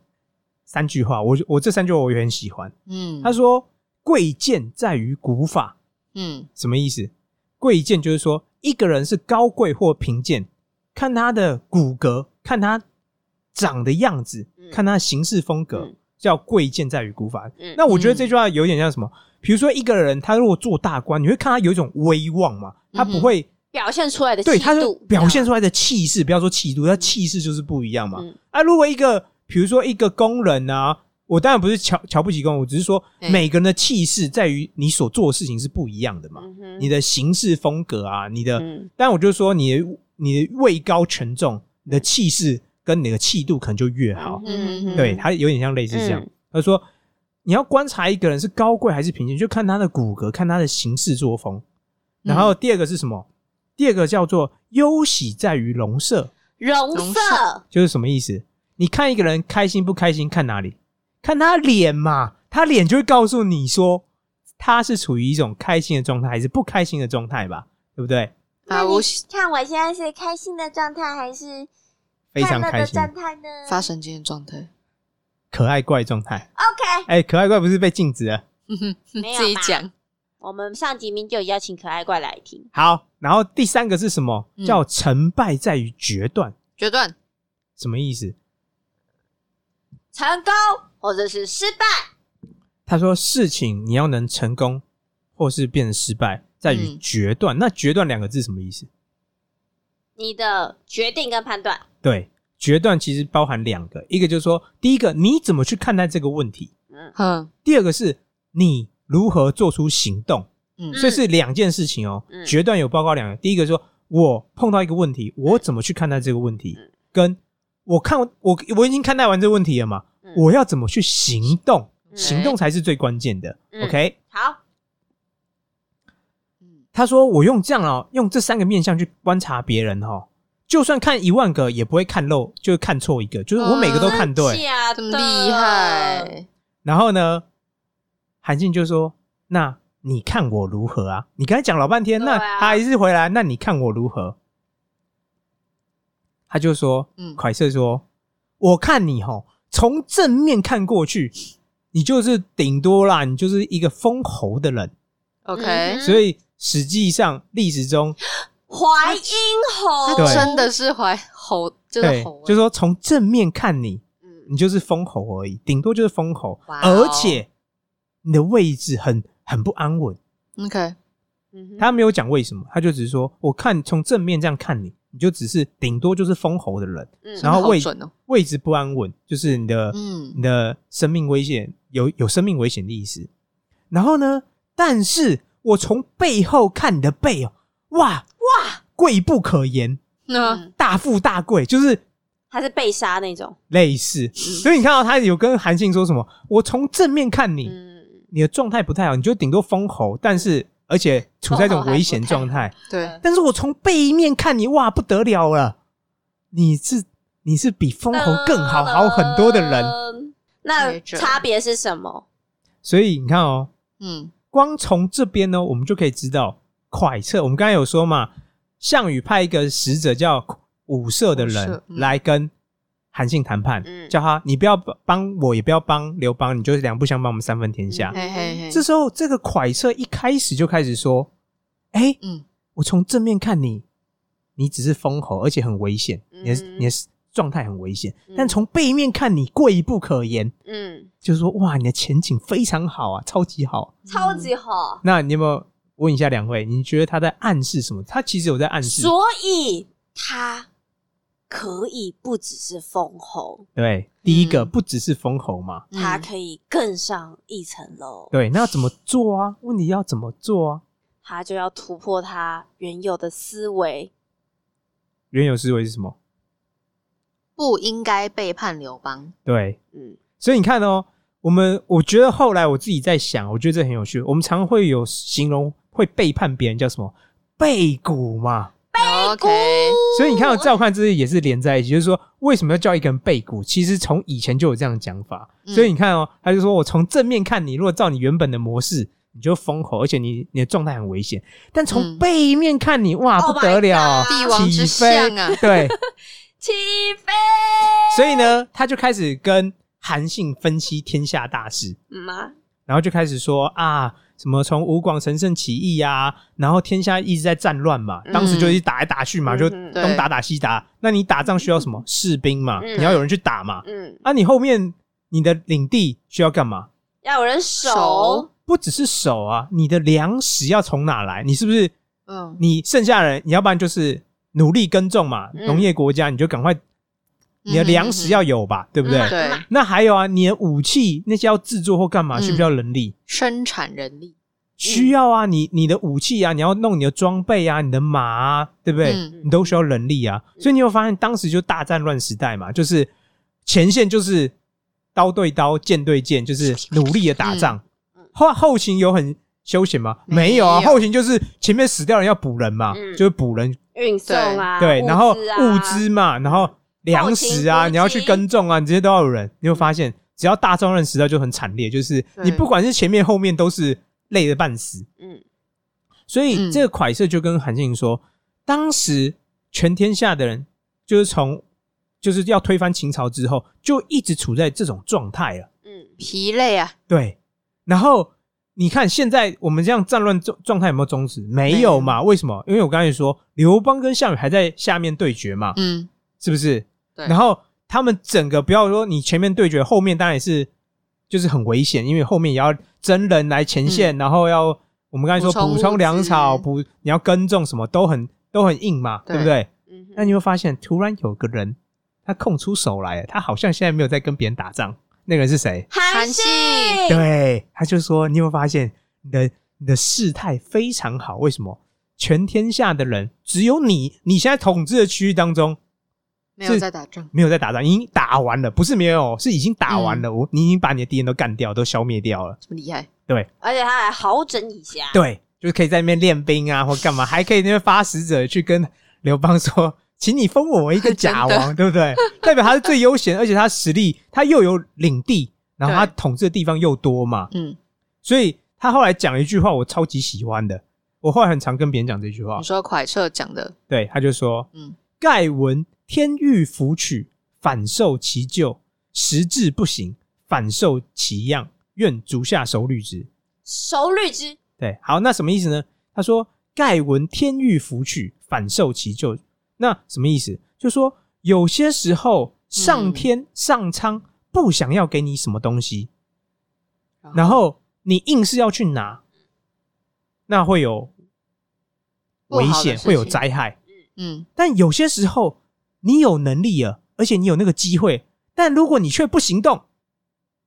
[SPEAKER 3] 三句话，我我这三句话我也很喜欢。
[SPEAKER 1] 嗯，
[SPEAKER 3] 他说贵贱在于古法，
[SPEAKER 1] 嗯
[SPEAKER 3] 什么意思？贵贱就是说，一个人是高贵或贫贱，看他的骨骼，看他长的样子，
[SPEAKER 2] 嗯
[SPEAKER 3] 看他的行事风格，
[SPEAKER 2] 嗯
[SPEAKER 3] 叫贵贱在于古法。
[SPEAKER 2] 嗯
[SPEAKER 3] 那我觉得这句话有点像什么？比如说，一个人他如果做大官，你会看他有一种威望嘛，他不会、
[SPEAKER 2] 表现出来的
[SPEAKER 3] 对
[SPEAKER 2] 嗯气
[SPEAKER 3] 他就
[SPEAKER 2] 度
[SPEAKER 3] 表现出来的气势，不要说气度，他气势就是不一样嘛。
[SPEAKER 2] 嗯
[SPEAKER 3] 啊，如果一个比如说一个工人啊，我当然不是瞧瞧不起工人，我只是说
[SPEAKER 1] 对
[SPEAKER 3] 每个人的气势在于你所做的事情是不一样的嘛。
[SPEAKER 2] 嗯哼
[SPEAKER 3] 你的行事风格啊，你的，
[SPEAKER 2] 嗯
[SPEAKER 3] 但我就说你的你的位高权重，你的气势跟你的气度可能就越好。
[SPEAKER 2] 嗯哼嗯
[SPEAKER 3] 对，他有点像类似这样。他说，你要观察一个人是高贵还是贫贱，就看他的骨骼，看他的行事作风。然
[SPEAKER 1] 嗯
[SPEAKER 2] 嗯
[SPEAKER 3] 后第二个是什么？第二个叫做忧喜在于容色，
[SPEAKER 2] 容
[SPEAKER 1] 容
[SPEAKER 2] 色
[SPEAKER 1] 色
[SPEAKER 3] 就是什么意思？你看一个人开心不开心，看哪里？看他脸嘛，他脸就会告诉你说他是处于一种开心的状态还是不开心的状态吧，对不对？
[SPEAKER 2] 那
[SPEAKER 1] 啊，
[SPEAKER 2] 你
[SPEAKER 1] 我喜
[SPEAKER 2] 看我现在是开心的状态还是
[SPEAKER 3] 非常
[SPEAKER 2] 快乐
[SPEAKER 3] 开
[SPEAKER 2] 的
[SPEAKER 3] 心，
[SPEAKER 2] 状态呢
[SPEAKER 1] 发神经的状态，
[SPEAKER 3] 可爱怪状态。
[SPEAKER 2] ？OK，
[SPEAKER 3] 哎、可爱怪不是被禁止了？
[SPEAKER 1] 嗯哼
[SPEAKER 2] 没有吧
[SPEAKER 1] 自己讲，
[SPEAKER 2] 我们上集名就有邀请可爱怪来听，
[SPEAKER 3] 好，然后第三个是什么？
[SPEAKER 1] 嗯
[SPEAKER 3] 叫成败在于决断，
[SPEAKER 1] 决断，
[SPEAKER 3] 什么意思？
[SPEAKER 2] 成功或者是失败，
[SPEAKER 3] 他说事情你要能成功，或是变成失败，在于
[SPEAKER 1] 嗯
[SPEAKER 3] 决断。那决断两个字什么意思？
[SPEAKER 2] 你的决定跟判断，
[SPEAKER 3] 对，决断其实包含两个，一个就是说，第一个你怎么去看待这个问题，
[SPEAKER 2] 嗯
[SPEAKER 1] 嗯
[SPEAKER 3] 第二个是你如何做出行动，
[SPEAKER 1] 嗯
[SPEAKER 3] 所以是两件事情哦。
[SPEAKER 2] 嗯
[SPEAKER 3] 决断有包括两个，第一个说我碰到一个问题，
[SPEAKER 2] 嗯
[SPEAKER 3] 我怎么去看待这个问题，跟我看我我已经看待完这个问题了嘛，
[SPEAKER 2] 嗯
[SPEAKER 3] 我要怎么去行动，
[SPEAKER 2] 嗯
[SPEAKER 3] 行动才是最关键的。
[SPEAKER 2] 嗯
[SPEAKER 3] OK，
[SPEAKER 2] 好，
[SPEAKER 1] 嗯，
[SPEAKER 3] 他说我用这样哦，用这三个面相去观察别人哦，就算看一万个也不会看漏，就是看错一个，就是我每个
[SPEAKER 2] 哦
[SPEAKER 3] 都看对。
[SPEAKER 2] 假的
[SPEAKER 1] 这么厉，害，
[SPEAKER 3] 然后呢，韩信就说：“那你看我如何啊？你刚才讲老半天，
[SPEAKER 2] 对
[SPEAKER 3] 那
[SPEAKER 2] 啊
[SPEAKER 3] 他还是回来，那你看我如何？”他就说
[SPEAKER 1] 嗯，：“
[SPEAKER 3] 凯瑟说，我看你吼，从正面看过去，你就是顶多啦，你就是一个封侯的人。
[SPEAKER 1] ，OK，
[SPEAKER 2] 嗯哼
[SPEAKER 3] 所以实际上历史中，
[SPEAKER 2] 淮阴
[SPEAKER 1] 他
[SPEAKER 2] 侯
[SPEAKER 3] 对
[SPEAKER 1] 真的是怀猴，就是啊
[SPEAKER 3] 对
[SPEAKER 1] 猴，，
[SPEAKER 3] 就说从正面看你，
[SPEAKER 2] 嗯
[SPEAKER 3] 你就是封侯而已，顶多就是封侯，
[SPEAKER 1] 哇哦
[SPEAKER 3] 而且你的位置很很不安稳。”
[SPEAKER 1] OK，
[SPEAKER 2] 嗯哼
[SPEAKER 3] 他没有讲为什么，他就只是说，我看从正面这样看你，你就只是顶多就是封侯的人，
[SPEAKER 2] 嗯
[SPEAKER 3] 然后
[SPEAKER 1] 好
[SPEAKER 3] 位
[SPEAKER 1] 准哦，
[SPEAKER 3] 位置不安稳，就是你的、
[SPEAKER 1] 嗯
[SPEAKER 3] 你的生命危险有有生命危险的意思。然后呢，但是我从背后看你的背哦，哇哇，贵不可言，
[SPEAKER 1] 那
[SPEAKER 2] 嗯
[SPEAKER 3] 大富大贵，就是
[SPEAKER 2] 他是被杀那种，
[SPEAKER 3] 类似。所以你看到他有跟韩信说什么，我从正面看你，
[SPEAKER 2] 嗯，
[SPEAKER 3] 你的状态不太好，你就顶多封侯，但是而且处在一种危险状态。
[SPEAKER 1] 对
[SPEAKER 2] 嗯，
[SPEAKER 3] 但是我从背面看你，哇，不得了了！你是你是比封侯更好好很多的人，
[SPEAKER 2] 人。那
[SPEAKER 1] 没辙
[SPEAKER 2] 差别是什么？
[SPEAKER 3] 所以你看哦，
[SPEAKER 1] 嗯
[SPEAKER 3] 光从这边呢，我们就可以知道蒯彻。我们刚才有说嘛，项羽派一个使者叫武涉的
[SPEAKER 1] 武
[SPEAKER 3] 人
[SPEAKER 1] 涉嗯
[SPEAKER 3] 来跟韩信谈判，
[SPEAKER 2] 嗯
[SPEAKER 3] 叫他你不要帮我，也不要帮刘邦，你就是两不相帮，我们三分天下。
[SPEAKER 2] 嗯
[SPEAKER 1] 嘿嘿嘿，
[SPEAKER 3] 这时候，这个蒯彻一开始就开始说：“哎、
[SPEAKER 1] 嗯
[SPEAKER 3] 我从正面看你，你只是封侯，而且很危险，你的
[SPEAKER 2] 嗯
[SPEAKER 3] 你的状态很危险。
[SPEAKER 2] 嗯
[SPEAKER 3] 但从背面看你，贵不可言，
[SPEAKER 2] 嗯，
[SPEAKER 3] 就是说，哇，你的前景非常好啊，超级好。
[SPEAKER 2] 超级好。
[SPEAKER 3] 那你有没有问一下两位，你觉得他在暗示什么？他其实有在暗示，
[SPEAKER 2] 所以他可以不只是封侯，
[SPEAKER 3] 对，第一个
[SPEAKER 1] 嗯
[SPEAKER 3] 不只是封侯嘛，
[SPEAKER 1] 嗯
[SPEAKER 2] 他可以更上一层楼，
[SPEAKER 3] 对，那要怎么做啊？问题要怎么做啊？
[SPEAKER 2] 他就要突破他原有的思维。
[SPEAKER 3] 原有思维是什么？
[SPEAKER 1] 不应该背叛刘邦，
[SPEAKER 3] 对，
[SPEAKER 2] 嗯
[SPEAKER 3] 所以你看哦，我们我觉得后来我自己在想，我觉得这很有趣。我们常会有形容会背叛别人叫什么背骨嘛，
[SPEAKER 1] OK，
[SPEAKER 3] 所以你看
[SPEAKER 1] 嗯
[SPEAKER 3] 到在我看这些也是连在一起，就是说为什么要叫一个人背骨？其实从以前就有这样的讲法。
[SPEAKER 1] 嗯
[SPEAKER 3] 所以你看哦，他就说我从正面看你，如果照你原本的模式。你就封侯，而且你你的状态很危险。但从
[SPEAKER 1] 嗯哦
[SPEAKER 3] 背面看你，哇，不
[SPEAKER 2] Oh my
[SPEAKER 3] 得了，
[SPEAKER 2] God
[SPEAKER 1] 帝王之
[SPEAKER 3] 起飞
[SPEAKER 1] 相啊
[SPEAKER 3] 对，
[SPEAKER 2] 起飞
[SPEAKER 3] 所以呢，他就开始跟韩信分析天下大事。
[SPEAKER 2] 吗？
[SPEAKER 3] 然后就开始说啊，什么从吴广神圣起义啊，然后天下一直在战乱嘛，当时就一直打来打去嘛，
[SPEAKER 2] 嗯
[SPEAKER 3] 就
[SPEAKER 2] 嗯
[SPEAKER 3] 东打打西打。那你打仗需要什么？士兵嘛，
[SPEAKER 2] 嗯
[SPEAKER 3] 你要有人去打嘛。
[SPEAKER 2] 嗯，
[SPEAKER 3] 啊，你后面你的领地需要干嘛？
[SPEAKER 2] 要有人守
[SPEAKER 1] 守，
[SPEAKER 3] 不只是守啊，你的粮食要从哪来？你是不是
[SPEAKER 1] 嗯
[SPEAKER 3] 你剩下的人，你要不然就是努力耕种嘛，
[SPEAKER 2] 嗯
[SPEAKER 3] 农业国家你就赶快，你的
[SPEAKER 1] 嗯哼
[SPEAKER 3] 粮食要有吧，对不对？
[SPEAKER 2] 嗯
[SPEAKER 1] 对
[SPEAKER 3] 那还有啊，你的武器那些要制作或干
[SPEAKER 2] 嗯
[SPEAKER 3] 嘛，需不需要人力？
[SPEAKER 1] 生产人力，
[SPEAKER 3] 需要啊，你你的武器啊，你要弄你的装备啊，你的马啊，对不对？
[SPEAKER 1] 嗯
[SPEAKER 3] 你都需要人力啊，所以你有发现当时就大战乱时代嘛，就是前线就是刀对刀、剑对剑，就是努力的打仗。
[SPEAKER 2] 嗯
[SPEAKER 3] 后后勤有很休闲吗？没有啊，
[SPEAKER 1] 没有
[SPEAKER 3] 后勤就是前面死掉人要补人嘛，
[SPEAKER 2] 嗯
[SPEAKER 3] 就是补人
[SPEAKER 2] 运送啊，
[SPEAKER 3] 对，然后
[SPEAKER 2] 啊
[SPEAKER 3] 物资嘛，然后粮食
[SPEAKER 2] 后
[SPEAKER 3] 啊，
[SPEAKER 2] 勤
[SPEAKER 3] 你要去
[SPEAKER 2] 补给
[SPEAKER 3] 耕种啊，你这些都要有人。你会发现，只要大战乱时代就很惨烈，就是
[SPEAKER 1] 对
[SPEAKER 3] 你不管是前面后面都是累得半死。
[SPEAKER 2] 嗯
[SPEAKER 3] 所以
[SPEAKER 1] 嗯
[SPEAKER 3] 这个蒯彻就跟韩信说，当时全天下的人就是从就是要推翻秦朝之后，就一直处在这种状态了。
[SPEAKER 2] 嗯
[SPEAKER 1] 疲累啊，
[SPEAKER 3] 对，然后你看现在我们这样战乱状状态有没有终止？没有嘛？为什么？因为我刚才说刘邦跟项羽还在下面对决嘛，
[SPEAKER 1] 嗯，
[SPEAKER 3] 是不是？
[SPEAKER 1] 对
[SPEAKER 3] 然后他们整个不要说你前面对决，后面当然也是就是很危险，因为后面也要真人来前线，然后要我们刚才说
[SPEAKER 1] 嗯补充
[SPEAKER 3] 补充
[SPEAKER 1] 物资
[SPEAKER 3] 粮草，补你要耕种什么都很都很硬嘛，对
[SPEAKER 1] 对
[SPEAKER 3] 不对？
[SPEAKER 2] 嗯哼，
[SPEAKER 3] 那你会发现，突然有个人他空出手来了，他好像现在没有在跟别人打仗，那个人是谁？
[SPEAKER 2] 韩
[SPEAKER 1] 韩
[SPEAKER 2] 信
[SPEAKER 1] 信，哎
[SPEAKER 3] 对，他就说，你有没有发现你的你的事态非常好？为什么？全天下的人只有你，你现在统治的区域当中
[SPEAKER 1] 没有
[SPEAKER 3] 是
[SPEAKER 1] 在打仗，
[SPEAKER 3] 没有在打仗，已经打完了，不是没有，是已经打完了。我你已经把你的敌人都干掉，都消灭掉了。
[SPEAKER 1] 这么厉害，
[SPEAKER 3] 对
[SPEAKER 2] 而且他还好整以暇，
[SPEAKER 3] 对，就是可以在那边练兵啊，或干嘛，还可以那边发使者去跟刘邦说，请你封我为一个假
[SPEAKER 1] 真
[SPEAKER 3] 王，对不对？代表他是最悠闲，而且他实力，他又有领地，然后他
[SPEAKER 1] 对
[SPEAKER 3] 统治的地方又多嘛，
[SPEAKER 1] 嗯，
[SPEAKER 3] 所以他后来讲一句话，我超级喜欢的，我后来很常跟别人讲这句话
[SPEAKER 1] 你，说蒯彻讲的，
[SPEAKER 3] 对，他就说，
[SPEAKER 1] 嗯
[SPEAKER 3] 盖闻天欲福取，反受其咎；时至不行，反受其样。愿足下守律之。
[SPEAKER 2] 熟虑之，
[SPEAKER 3] 对，好，那什么意思呢？他说：“盖闻天欲福取，反受其咎。”那什么意思？就说有些时
[SPEAKER 1] 嗯
[SPEAKER 3] 候上天、上苍不想要给你什么东西，然后你硬是要去拿，那会有
[SPEAKER 1] 不
[SPEAKER 3] 危
[SPEAKER 1] 好的
[SPEAKER 3] 险，
[SPEAKER 1] 事
[SPEAKER 3] 会有
[SPEAKER 1] 情
[SPEAKER 3] 灾害。
[SPEAKER 1] 嗯，
[SPEAKER 3] 但有些时候你有能力了，而且你有那个机会，但如果你却不行动，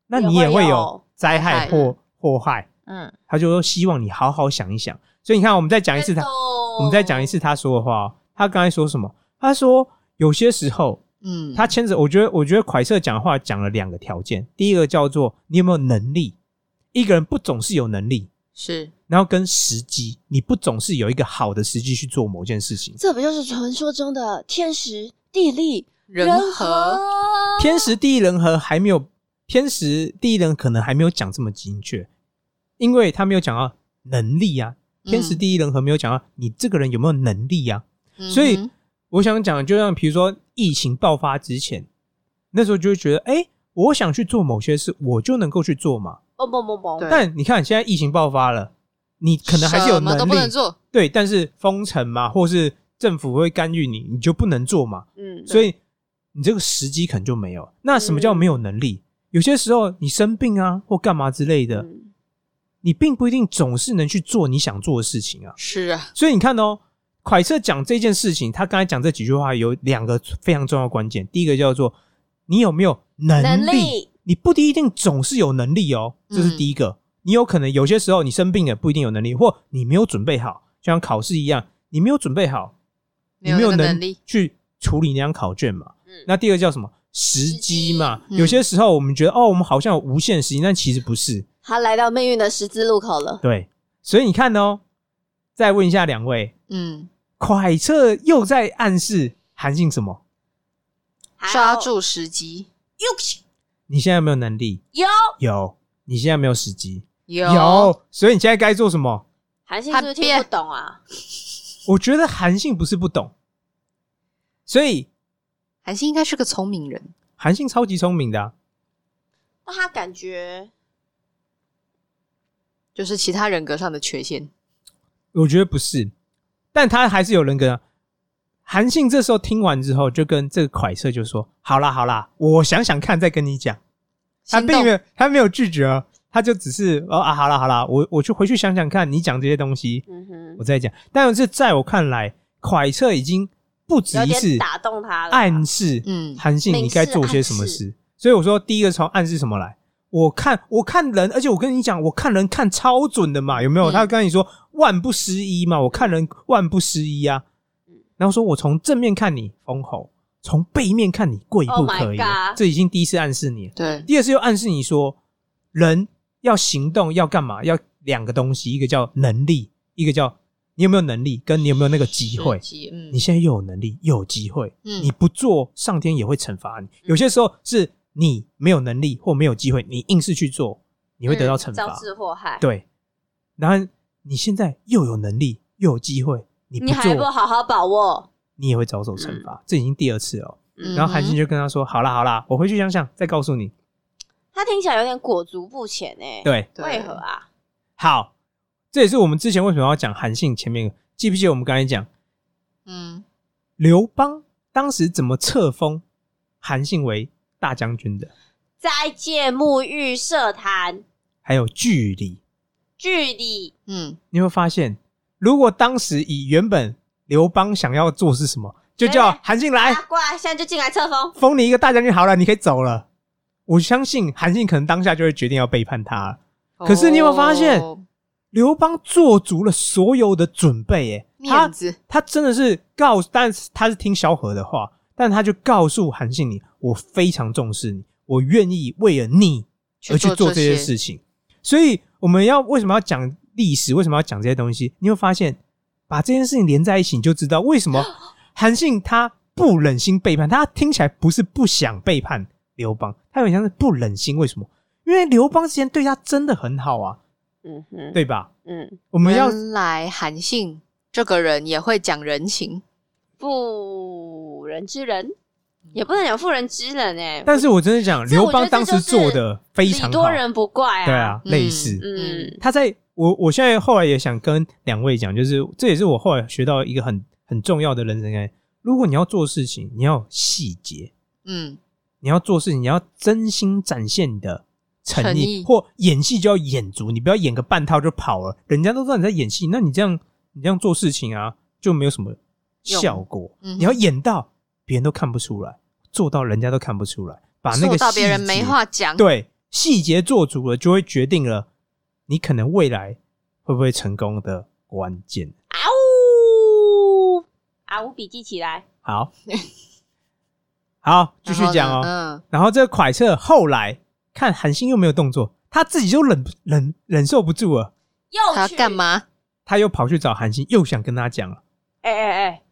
[SPEAKER 3] 那你也
[SPEAKER 2] 也会
[SPEAKER 3] 会有
[SPEAKER 2] 有
[SPEAKER 3] 灾害
[SPEAKER 1] 灾害
[SPEAKER 3] 或祸害。
[SPEAKER 1] 嗯，
[SPEAKER 3] 他就说希望你好好想一想。所以你看，我们再讲一次他，我
[SPEAKER 2] 我
[SPEAKER 3] 们再讲一次他说的话、哦。他刚才说什么？他说有些时候
[SPEAKER 1] 嗯，
[SPEAKER 3] 他牵着，我觉得，我觉得蒯彻讲的话讲了两个条件，第一个叫做你有没有能力，一个人不总是有能力。
[SPEAKER 1] 是
[SPEAKER 3] 然后跟时机，你不总是有一个好的时机去做某件事情。
[SPEAKER 2] 这不就是传说中的天时地利
[SPEAKER 1] 人和，
[SPEAKER 3] 天时地利人和还没有，天时地利人可能还没有讲这么精确，因为他没有讲到能力啊。天时地利人和没有讲到你这个人有没有能力啊。
[SPEAKER 1] 嗯
[SPEAKER 3] 所以
[SPEAKER 1] 嗯哼
[SPEAKER 3] 我想讲，就像比如说疫情爆发之前，那时候就会觉得，哎、我想去做某些事，我就能够去做嘛。
[SPEAKER 2] 嘣嘣嘣嘣，
[SPEAKER 1] 对
[SPEAKER 3] 但你看现在疫情爆发了，你可能还是有
[SPEAKER 1] 什么
[SPEAKER 3] 能
[SPEAKER 1] 都不能
[SPEAKER 3] 力，
[SPEAKER 1] 做，
[SPEAKER 3] 对，但是封城嘛，或是政府会干预你，你就不能做嘛。
[SPEAKER 2] 嗯，
[SPEAKER 3] 所以你这个时机可能就没有。那什么叫没有能力？有些时候你生病啊，或干嘛之类的，
[SPEAKER 2] 嗯
[SPEAKER 3] 你并不一定总是能去做你想做的事情啊。
[SPEAKER 1] 是啊，
[SPEAKER 3] 所以你看哦，凯瑟讲这件事情，他刚才讲这几句话有两个非常重要的关键，第一个叫做你有没有能力，
[SPEAKER 2] 能力嗯
[SPEAKER 3] 你不一定总是有能力哦，这是第一个。你有可能有些时候你生病了不一定有能力，或你没有准备好，就像考试一样，你没有准备好，你
[SPEAKER 1] 没有
[SPEAKER 3] 没有
[SPEAKER 1] 那个
[SPEAKER 3] 能
[SPEAKER 1] 能力
[SPEAKER 3] 去处理那张考卷嘛。
[SPEAKER 2] 嗯
[SPEAKER 3] 那第二个叫什么？时机嘛。
[SPEAKER 1] 嗯
[SPEAKER 3] 有些时候我们觉得哦，我们好像有无限时间，但其实不是。
[SPEAKER 2] 他来到命运的十字路口了，
[SPEAKER 3] 对，所以你看哦，再问一下两位，
[SPEAKER 1] 嗯，
[SPEAKER 3] 蒯彻又在暗示韩信什么？
[SPEAKER 2] 还有
[SPEAKER 1] 抓住时机
[SPEAKER 3] 你现在有没有能力？
[SPEAKER 2] 有
[SPEAKER 3] 有。你现在没有时机？
[SPEAKER 1] 有
[SPEAKER 3] 所以你现在该做什么？
[SPEAKER 2] 韩信是不是听不懂啊？
[SPEAKER 3] 我觉得韩信不是不懂，所以
[SPEAKER 1] 韩信应该是个聪明人，
[SPEAKER 3] 韩信超级聪明的啊、
[SPEAKER 2] 那他感觉
[SPEAKER 1] 就是其他人格上的缺陷。
[SPEAKER 3] 我觉得不是，但他还是有人跟啊。韩信这时候听完之后，就跟这个蒯彻就说：“好啦好啦，我想想看，再跟你讲。”他
[SPEAKER 1] 心
[SPEAKER 3] 并没
[SPEAKER 1] 动
[SPEAKER 3] 有，他没有拒绝哦，他就只是哦啊，好啦好啦，我我去回去想想看，你讲这些东西，
[SPEAKER 2] 嗯哼
[SPEAKER 3] 我，再讲。但是在我看来，蒯彻已经不止
[SPEAKER 2] 有
[SPEAKER 3] 一次
[SPEAKER 2] 点打动他了，啊
[SPEAKER 3] 暗示，
[SPEAKER 1] 嗯
[SPEAKER 3] 韩信你该做些什么事。所以我说，第一个从暗示什么来？我看我看人，而且我跟你讲，我看人看超准的嘛，有没有？
[SPEAKER 1] 嗯
[SPEAKER 3] 他跟你说万不失一嘛，我看人万不失一啊。
[SPEAKER 2] 嗯
[SPEAKER 3] 然后说我从正面看你封侯，从背面看你贵不
[SPEAKER 2] Oh my
[SPEAKER 3] 可以
[SPEAKER 2] God
[SPEAKER 3] 这已经第一次暗示你了。
[SPEAKER 1] 对，
[SPEAKER 3] 第二次又暗示你说，人要行动要干嘛？要两个东西，一个叫能力，一个叫你有没有能力，跟你有没有那个机会
[SPEAKER 1] 时。机，嗯
[SPEAKER 3] 你现在又有能力又有机会，
[SPEAKER 1] 嗯
[SPEAKER 3] 你不做，上天也会惩罚你。有些时候是你没有能力或没有机会，你硬是去做，你会得到惩
[SPEAKER 2] 嗯招
[SPEAKER 3] 罚。
[SPEAKER 2] 致祸害，
[SPEAKER 3] 对，然后你现在又有能力又有机会，你不
[SPEAKER 2] 你还不
[SPEAKER 3] 做，
[SPEAKER 2] 好好嗯把握，
[SPEAKER 3] 你也会遭受惩罚。这已经第二次了哦。
[SPEAKER 1] 嗯
[SPEAKER 3] 然后韩信就跟他说：“好啦好啦，我回去想想，再告诉你。
[SPEAKER 2] 他听起来有点裹足不前哎”，，
[SPEAKER 3] 对，
[SPEAKER 1] 对
[SPEAKER 2] 为何啊？
[SPEAKER 3] 好，这也是我们之前为什么要讲韩信。前面记不记得我们刚才讲
[SPEAKER 1] 嗯
[SPEAKER 3] 刘邦当时怎么册封韩信为大将军的？
[SPEAKER 2] 再见沐浴社坛，
[SPEAKER 3] 还有距离，
[SPEAKER 2] 距离
[SPEAKER 1] 嗯，
[SPEAKER 3] 你会发现，如果当时以原本刘邦想要做是什么，就
[SPEAKER 2] 对
[SPEAKER 3] 叫韩信来
[SPEAKER 2] 啊，过来，现在就进来册封，
[SPEAKER 3] 封你一个大将军好了，你可以走了。我相信韩信可能当下就会决定要背叛他了。可是你有没有发现
[SPEAKER 1] 哦
[SPEAKER 3] 刘邦做足了所有的准备，哎耶，
[SPEAKER 1] 面
[SPEAKER 3] 他
[SPEAKER 1] 子？
[SPEAKER 3] 他真的是告，但是他是听萧何的话，但他就告诉韩信你，我非常重视你，我愿意为了你而去做这些事情。所以我们要为什么要讲历史，为什么要讲这些东西？你会发现，把这件事情连在一起，你就知道为什么 韩信他不忍心背叛。他听起来不是不想背叛刘邦，他有点像是不忍心。为什么？因为刘邦之前对他真的很好啊，
[SPEAKER 2] 嗯哼，，
[SPEAKER 3] 对吧？
[SPEAKER 2] 嗯，
[SPEAKER 3] 我们要
[SPEAKER 1] 原来韩信这个人也会讲人情，
[SPEAKER 2] 妇人之仁，也不能讲妇人之仁哎、
[SPEAKER 3] 但是我真的讲，
[SPEAKER 2] 这我
[SPEAKER 3] 刘
[SPEAKER 2] 觉得
[SPEAKER 3] 邦当时做的非常
[SPEAKER 2] 礼
[SPEAKER 3] 好
[SPEAKER 2] 多，人不怪啊，
[SPEAKER 3] 对啊，
[SPEAKER 1] 嗯
[SPEAKER 3] 类似。
[SPEAKER 2] 嗯，
[SPEAKER 3] 他在我我现在后来也想跟两位讲，就是这也是我后来学到一个很很重要的人生观。如果你要做事情，你要有细节，
[SPEAKER 1] 嗯，
[SPEAKER 3] 你要做事情，你要真心展现你的诚意，
[SPEAKER 1] 诚意
[SPEAKER 3] 或演戏就要演足，你不要演个半套就跑了，人家都知道你在演戏，那你这样你这样做事情啊，就没有什么效果。
[SPEAKER 1] 嗯哼
[SPEAKER 3] 你要演到别人都看不出来，做到人家都看不出来，把那
[SPEAKER 1] 说
[SPEAKER 3] 个
[SPEAKER 1] 到别人
[SPEAKER 3] 细
[SPEAKER 1] 没
[SPEAKER 3] 节
[SPEAKER 1] 话讲，
[SPEAKER 3] 对，细节做足了，就会决定了你可能未来会不会成功的关键。
[SPEAKER 2] 啊呜啊呜，笔记起来，
[SPEAKER 3] 好，好，继续讲哦。
[SPEAKER 1] 嗯，
[SPEAKER 3] 然后这个蒯彻后来看韩信又没有动作，他自己就忍忍忍受不住了，
[SPEAKER 2] 又
[SPEAKER 1] 嗯他要
[SPEAKER 2] 去
[SPEAKER 1] 干？嘛？
[SPEAKER 3] 他又跑去找韩信，又想跟他讲了。
[SPEAKER 2] 哎哎哎，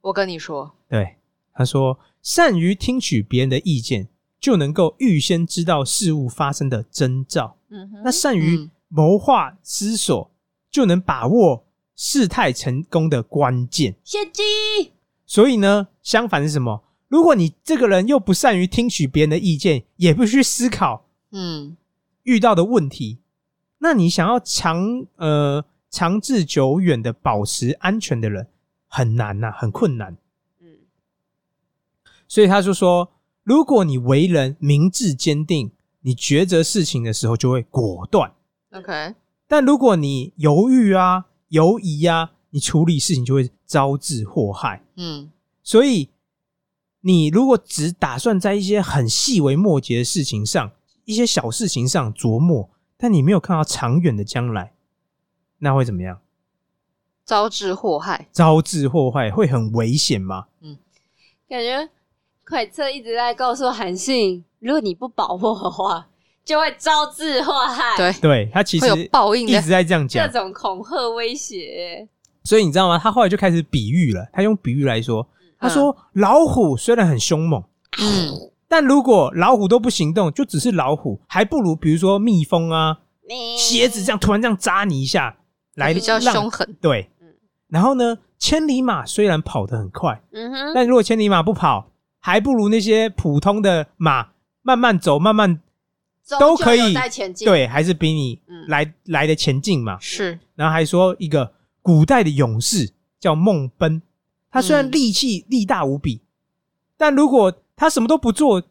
[SPEAKER 1] 我跟你说，
[SPEAKER 3] 对，他说：“善于听取别人的意见，就能够预先知道事物发生的征兆。”
[SPEAKER 2] 嗯哼
[SPEAKER 3] 那善于
[SPEAKER 1] 嗯
[SPEAKER 3] 谋划思索，就能把握事态成功的关键。
[SPEAKER 2] 献祭，
[SPEAKER 3] 所以呢，相反是什么？如果你这个人又不善于听取别人的意见，也不去思考
[SPEAKER 1] 嗯，
[SPEAKER 3] 遇到的问题，那你想要长呃长治久远的保持安全的人，很难呐、很困难。
[SPEAKER 2] 嗯，
[SPEAKER 3] 所以他就说，如果你为人明智坚定，你抉择事情的时候就会果断。
[SPEAKER 1] OK，
[SPEAKER 3] 但如果你犹豫啊、犹疑啊，你处理事情就会招致祸害。
[SPEAKER 1] 嗯
[SPEAKER 3] 所以，你如果只打算在一些很细微末节的事情上、一些小事情上琢磨，但你没有看到长远的将来，那会怎么样？
[SPEAKER 1] 招致祸害，
[SPEAKER 3] 招致祸害，会很危险吗？
[SPEAKER 2] 感觉蒯彻一直在告诉韩信，如果你不把握的话，就会招致祸害，
[SPEAKER 1] 对，
[SPEAKER 3] 对他其
[SPEAKER 1] 会有
[SPEAKER 3] 实
[SPEAKER 1] 报应
[SPEAKER 3] 一
[SPEAKER 1] 的
[SPEAKER 3] 直，在这样
[SPEAKER 2] 各
[SPEAKER 3] 讲，
[SPEAKER 2] 种恐吓威胁，
[SPEAKER 3] 所以你知道吗？他后来就开始比喻了，他用比喻来说，他说：“老虎虽然很凶猛。”
[SPEAKER 1] 嗯，
[SPEAKER 3] 但如果老虎都不行动，就只是老虎，还不如比如说蜜蜂啊、蝎子这样突然这样扎你一下来
[SPEAKER 1] 比较
[SPEAKER 3] 让
[SPEAKER 1] 凶。狠，
[SPEAKER 3] 对
[SPEAKER 2] 嗯，
[SPEAKER 3] 然后呢，千里马虽然跑得很快，
[SPEAKER 2] 嗯哼，
[SPEAKER 3] 但如果千里马不跑，还不如那些普通的马慢慢走、慢慢都可以
[SPEAKER 2] 终究有在前进，
[SPEAKER 3] 对，还是比你
[SPEAKER 2] 嗯
[SPEAKER 3] 来、来的前进嘛。
[SPEAKER 1] 是，
[SPEAKER 3] 然后还说一个古代的勇士叫孟奔，他虽然
[SPEAKER 1] 嗯
[SPEAKER 3] 力气力大无比，但如果他什么都不做，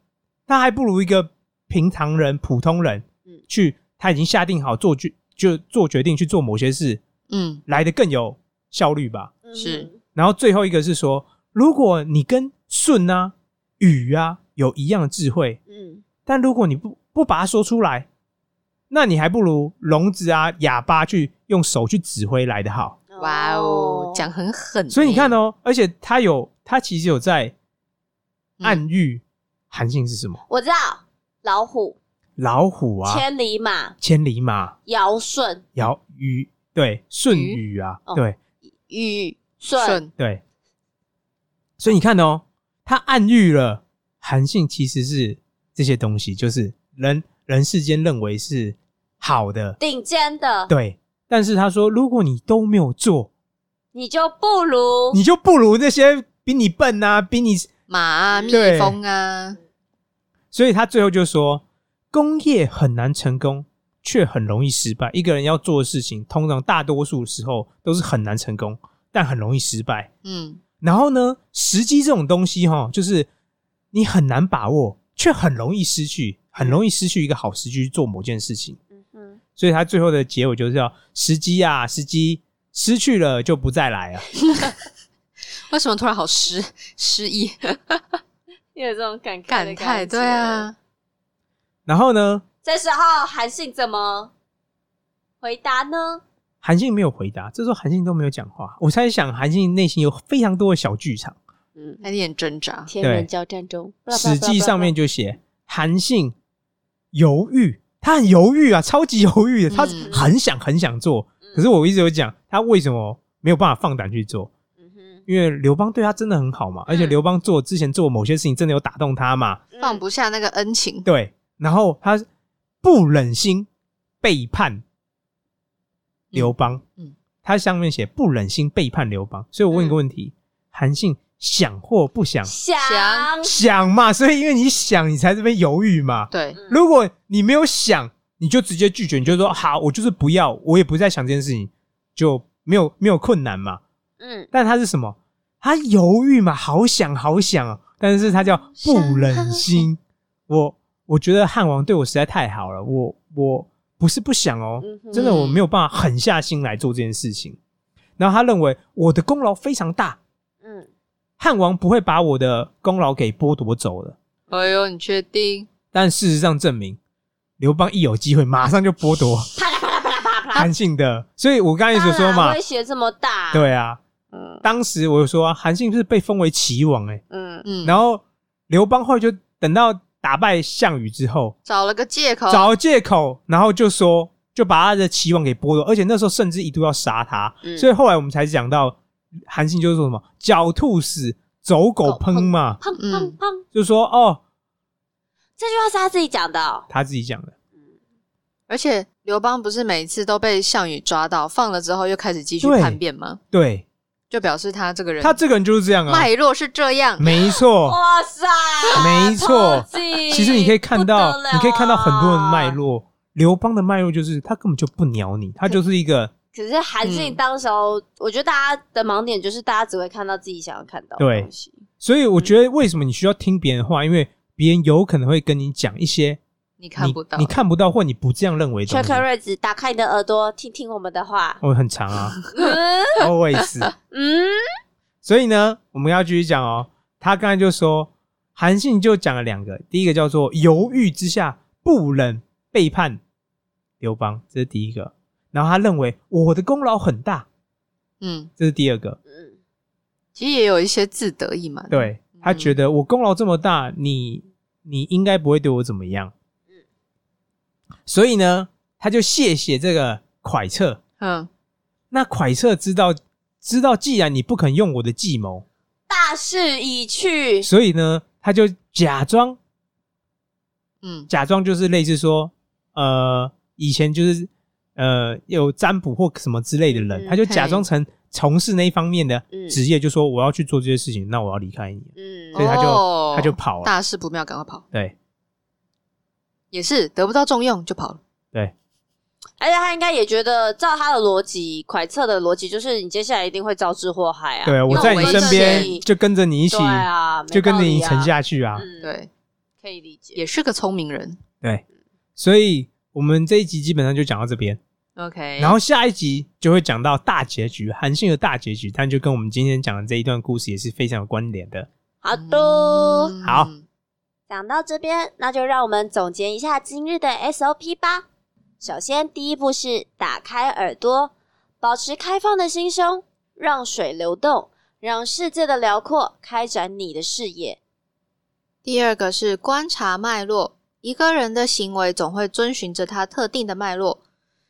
[SPEAKER 3] 他还不如一个平常人、普通人
[SPEAKER 2] 嗯
[SPEAKER 3] 去，他已经下定好做决就做决定去做某些事，
[SPEAKER 1] 嗯
[SPEAKER 3] 来的更有效率吧。
[SPEAKER 2] 嗯哼
[SPEAKER 1] 是
[SPEAKER 3] 然后最后一个是说，如果你跟舜啊、禹啊有一样的智慧，
[SPEAKER 2] 嗯，
[SPEAKER 3] 但如果你不不把它说出来，那你还不如聋子啊、哑巴去用手去指挥来的好。
[SPEAKER 1] 哇哦，讲很狠，
[SPEAKER 3] 所以你看，哦，而且他有，他其实有在暗喻韩信是什么？
[SPEAKER 2] 我知道老虎、
[SPEAKER 3] 老虎啊，千
[SPEAKER 2] 千里马、
[SPEAKER 3] 里马、
[SPEAKER 2] 尧舜、
[SPEAKER 3] 尧禹，对，舜禹啊，
[SPEAKER 2] 哦
[SPEAKER 3] 对
[SPEAKER 2] 禹舜，
[SPEAKER 1] 顺，
[SPEAKER 3] 对。所以你看哦，他暗喻了韩信其实是这些东西，就是人人世间认为是好的，
[SPEAKER 2] 顶尖的，
[SPEAKER 3] 对。但是他说，如果你都没有做，
[SPEAKER 2] 你就不如
[SPEAKER 3] 你就不如那些比你笨啊、比你
[SPEAKER 1] 马啊，蜜
[SPEAKER 3] 对
[SPEAKER 1] 蜂啊，
[SPEAKER 3] 所以他最后就说，工业很难成功，却很容易失败。一个人要做的事情，通常大多数时候都是很难成功，但很容易失败。
[SPEAKER 1] 嗯
[SPEAKER 3] 然后呢，时机这种东西哈，就是你很难把握，却很容易失去，很容易失去一个好时机去做某件事情。
[SPEAKER 2] 嗯哼，
[SPEAKER 3] 所以他最后的结尾就是要时机啊，时机失去了就不再来了。啊
[SPEAKER 1] 为什么突然好失失忆
[SPEAKER 2] 有这种感慨
[SPEAKER 1] 感
[SPEAKER 2] 的
[SPEAKER 1] 慨？
[SPEAKER 2] 觉
[SPEAKER 1] 对，啊，
[SPEAKER 3] 然后呢，
[SPEAKER 2] 这时候韩信怎么回答呢？
[SPEAKER 3] 韩信没有回答，这时候韩信都没有讲话。我猜想韩信内心有非常多的小剧场。
[SPEAKER 2] 嗯，
[SPEAKER 1] 还有点挣扎，
[SPEAKER 2] 天
[SPEAKER 3] 对
[SPEAKER 2] 人交战中，
[SPEAKER 3] 《史记》上面就写韩信犹豫，他很犹豫啊，超级犹豫的，他
[SPEAKER 1] 嗯
[SPEAKER 3] 很想很想做，
[SPEAKER 2] 嗯
[SPEAKER 3] 可是我一直有讲，他为什么没有办法放胆去做？
[SPEAKER 2] 嗯哼，
[SPEAKER 3] 因为刘邦对他真的很好嘛，而
[SPEAKER 1] 嗯
[SPEAKER 3] 且刘邦做之前做某些事情真的有打动他嘛，
[SPEAKER 1] 放
[SPEAKER 2] 嗯
[SPEAKER 1] 不下那个恩情，
[SPEAKER 3] 对。然后他不忍心背叛刘邦，
[SPEAKER 1] 嗯嗯嗯嗯
[SPEAKER 3] 他上面写不忍心背叛刘邦，所以我问一个问题：韩信想或不想？
[SPEAKER 2] 想
[SPEAKER 1] 想
[SPEAKER 3] 想嘛，所以因为你想，你才这边犹豫嘛。
[SPEAKER 1] 对，
[SPEAKER 2] 嗯
[SPEAKER 3] 如果你没有想，你就直接拒绝，你就说好，我就是不要，我也不再想这件事情，就没有没有困难嘛。
[SPEAKER 2] 嗯
[SPEAKER 3] 但他是什么？他犹豫嘛，好想好想啊，但是他叫不忍心。我我觉得汉王对我实在太好了，我我不是不想哦，
[SPEAKER 2] 嗯哼
[SPEAKER 3] 真的我没有办法狠下心来做这件事情。然后他认为我的功劳非常大，
[SPEAKER 2] 嗯
[SPEAKER 3] 汉王不会把我的功劳给剥夺走的。
[SPEAKER 1] 哎呦，你确定？
[SPEAKER 3] 但事实上证明，刘邦一有机会马上就剥夺
[SPEAKER 2] 啪啦啪啦啪啦啪啦啪啦，
[SPEAKER 3] 韩信的，所以我刚才所说
[SPEAKER 2] 当然
[SPEAKER 3] 嘛
[SPEAKER 2] 威，胁这么大，，
[SPEAKER 3] 对啊，
[SPEAKER 2] 嗯
[SPEAKER 3] 当时我有说啊韩信是被封为齐王哎、
[SPEAKER 2] 嗯
[SPEAKER 1] 嗯，
[SPEAKER 3] 然后刘邦后来就等到打败项羽之后，
[SPEAKER 1] 找了个借
[SPEAKER 2] 哦
[SPEAKER 1] 口，
[SPEAKER 3] 找借口，然后就说就把他的齐王给剥夺，而且那时候甚至一度要杀他，
[SPEAKER 2] 嗯
[SPEAKER 3] 所以后来我们才讲到韩信就是说什么狡兔死，走狗烹嘛，
[SPEAKER 2] 砰砰
[SPEAKER 1] 嗯
[SPEAKER 2] 砰，
[SPEAKER 3] 就说哦
[SPEAKER 2] 这句话是他自己讲的哦，
[SPEAKER 3] 他自己讲的，
[SPEAKER 1] 而且刘邦不是每次都被项羽抓到，放了之后又开始继续
[SPEAKER 3] 对
[SPEAKER 1] 叛变吗？
[SPEAKER 3] 对
[SPEAKER 1] 就表示他这个人
[SPEAKER 3] 他这个人就是这样啊，
[SPEAKER 1] 脉络是这样，
[SPEAKER 3] 没错。
[SPEAKER 2] 哇塞，
[SPEAKER 3] 哦 没错
[SPEAKER 2] 超级
[SPEAKER 3] 其实你可以看到
[SPEAKER 2] 不得了，啊
[SPEAKER 3] 你可以看到很多人脉。络，刘邦的脉络就是他根本就不鸟你，他就是一个
[SPEAKER 2] 可是韩信
[SPEAKER 1] 嗯
[SPEAKER 2] 当时候，我觉得大家的盲点就是大家只会看到自己想要看到的
[SPEAKER 3] 对
[SPEAKER 2] 东西。
[SPEAKER 3] 所以我觉得为什么你需要听别人话，因为别人有可能会跟你讲一些
[SPEAKER 1] 你看
[SPEAKER 3] 你
[SPEAKER 1] 不到，
[SPEAKER 3] 你看不到或你不这样认为的
[SPEAKER 2] 缺
[SPEAKER 3] 东西
[SPEAKER 2] 克。瑞子，打开你的耳朵，听听我们的话。
[SPEAKER 3] 我很长啊
[SPEAKER 2] 嗯
[SPEAKER 3] ，always。
[SPEAKER 2] 嗯，
[SPEAKER 3] 所以呢，我们要继续讲哦。他刚才就说，韩信就讲了两个，第一个叫做犹豫之下不忍背叛刘邦，这是第一个。然后他认为我的功劳很大，
[SPEAKER 1] 嗯，
[SPEAKER 3] 这是第二个。
[SPEAKER 2] 嗯
[SPEAKER 1] 其实也有一些自得意嘛。，
[SPEAKER 3] 对他觉得我功劳这么大，你你应该不会对我怎么样。
[SPEAKER 2] 嗯
[SPEAKER 3] 所以呢，他就谢谢这个蒯彻。
[SPEAKER 1] 嗯，
[SPEAKER 3] 那蒯彻知道知道，既然你不肯用我的计谋，
[SPEAKER 2] 大势已去。
[SPEAKER 3] 所以呢，他就假装
[SPEAKER 1] 嗯
[SPEAKER 3] 假装就是类似说，呃，以前就是呃有占卜或什么之类的
[SPEAKER 2] 嗯
[SPEAKER 3] 人，他就假装
[SPEAKER 1] 嘿
[SPEAKER 3] 成从事那一方面的
[SPEAKER 2] 嗯
[SPEAKER 3] 职业，就说我要去做这些事情，那我要离开你，
[SPEAKER 2] 嗯
[SPEAKER 3] 所以他就、
[SPEAKER 1] 哦
[SPEAKER 3] 他就跑了。
[SPEAKER 1] 大事不妙，赶快跑，
[SPEAKER 3] 对
[SPEAKER 1] 也是得不到重用就跑了。
[SPEAKER 3] 对，
[SPEAKER 2] 而且他应该也觉得，照他的逻辑，蒯彻的逻辑就是你接下来一定会招致祸害啊。
[SPEAKER 3] 对，我
[SPEAKER 2] 那
[SPEAKER 3] 在你
[SPEAKER 2] 为
[SPEAKER 1] 危
[SPEAKER 3] 身
[SPEAKER 2] 了
[SPEAKER 3] 边
[SPEAKER 2] 你
[SPEAKER 3] 就跟着你一起，
[SPEAKER 2] 对啊，没
[SPEAKER 3] 就跟着
[SPEAKER 2] 道理
[SPEAKER 3] 你
[SPEAKER 2] 啊
[SPEAKER 3] 沉。下去啊。
[SPEAKER 2] 嗯，对，
[SPEAKER 1] 对，
[SPEAKER 2] 可以理解。
[SPEAKER 1] 也是个聪明人。
[SPEAKER 3] 对，所以我们这一集基本上就讲到这边，
[SPEAKER 1] OK，
[SPEAKER 3] 然后下一集就会讲到大结局，韩信的大结局，但就跟我们今天讲的这一段故事也是非常有关联的。
[SPEAKER 2] 好的，
[SPEAKER 1] 嗯
[SPEAKER 3] 好
[SPEAKER 2] 讲到这边，那就让我们总结一下今日的 SOP 吧。首先，第一步是打开耳朵，保持开放的心胸，让水流动，让世界的辽阔开展你的视野。
[SPEAKER 1] 第二个是观察脉络，一个人的行为总会遵循着他特定的脉络，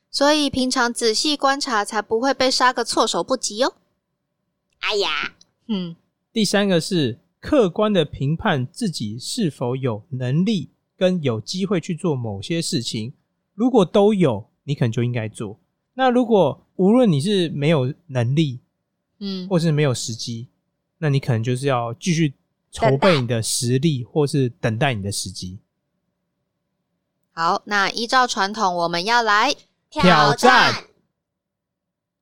[SPEAKER 1] 所以平常仔细观察才不会被杀个措手不及哦。
[SPEAKER 2] 哎呀，
[SPEAKER 1] 嗯，
[SPEAKER 3] 第三个是客观的评判自己是否有能力跟有机会去做某些事情，如果都有，你可能就应该做。那如果无论你是没有能力，
[SPEAKER 1] 嗯，
[SPEAKER 3] 或是没有时机，那你可能就是要继续筹
[SPEAKER 2] 等待
[SPEAKER 3] 备你的实力，或是等待你的时机。
[SPEAKER 1] 好，那依照传统，我们要来
[SPEAKER 3] 挑战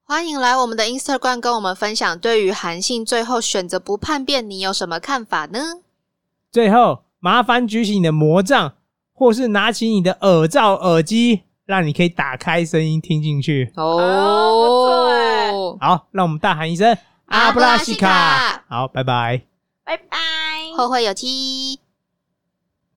[SPEAKER 1] 欢迎来我们的 Instagram 跟我们分享，对于韩信最后选择不叛变，你有什么看法呢？
[SPEAKER 3] 最后，麻烦举起你的魔杖，或是拿起你的耳罩、耳机，让你可以打开声音听进去。
[SPEAKER 2] 哦
[SPEAKER 1] 哦，
[SPEAKER 3] 好，让我们大喊一声“
[SPEAKER 1] 阿
[SPEAKER 3] 阿
[SPEAKER 1] 布
[SPEAKER 3] 布
[SPEAKER 1] 拉
[SPEAKER 3] 拉
[SPEAKER 1] 西
[SPEAKER 3] 西
[SPEAKER 1] 卡
[SPEAKER 3] 卡”！好，拜拜。
[SPEAKER 2] 拜拜。
[SPEAKER 1] 后会有期。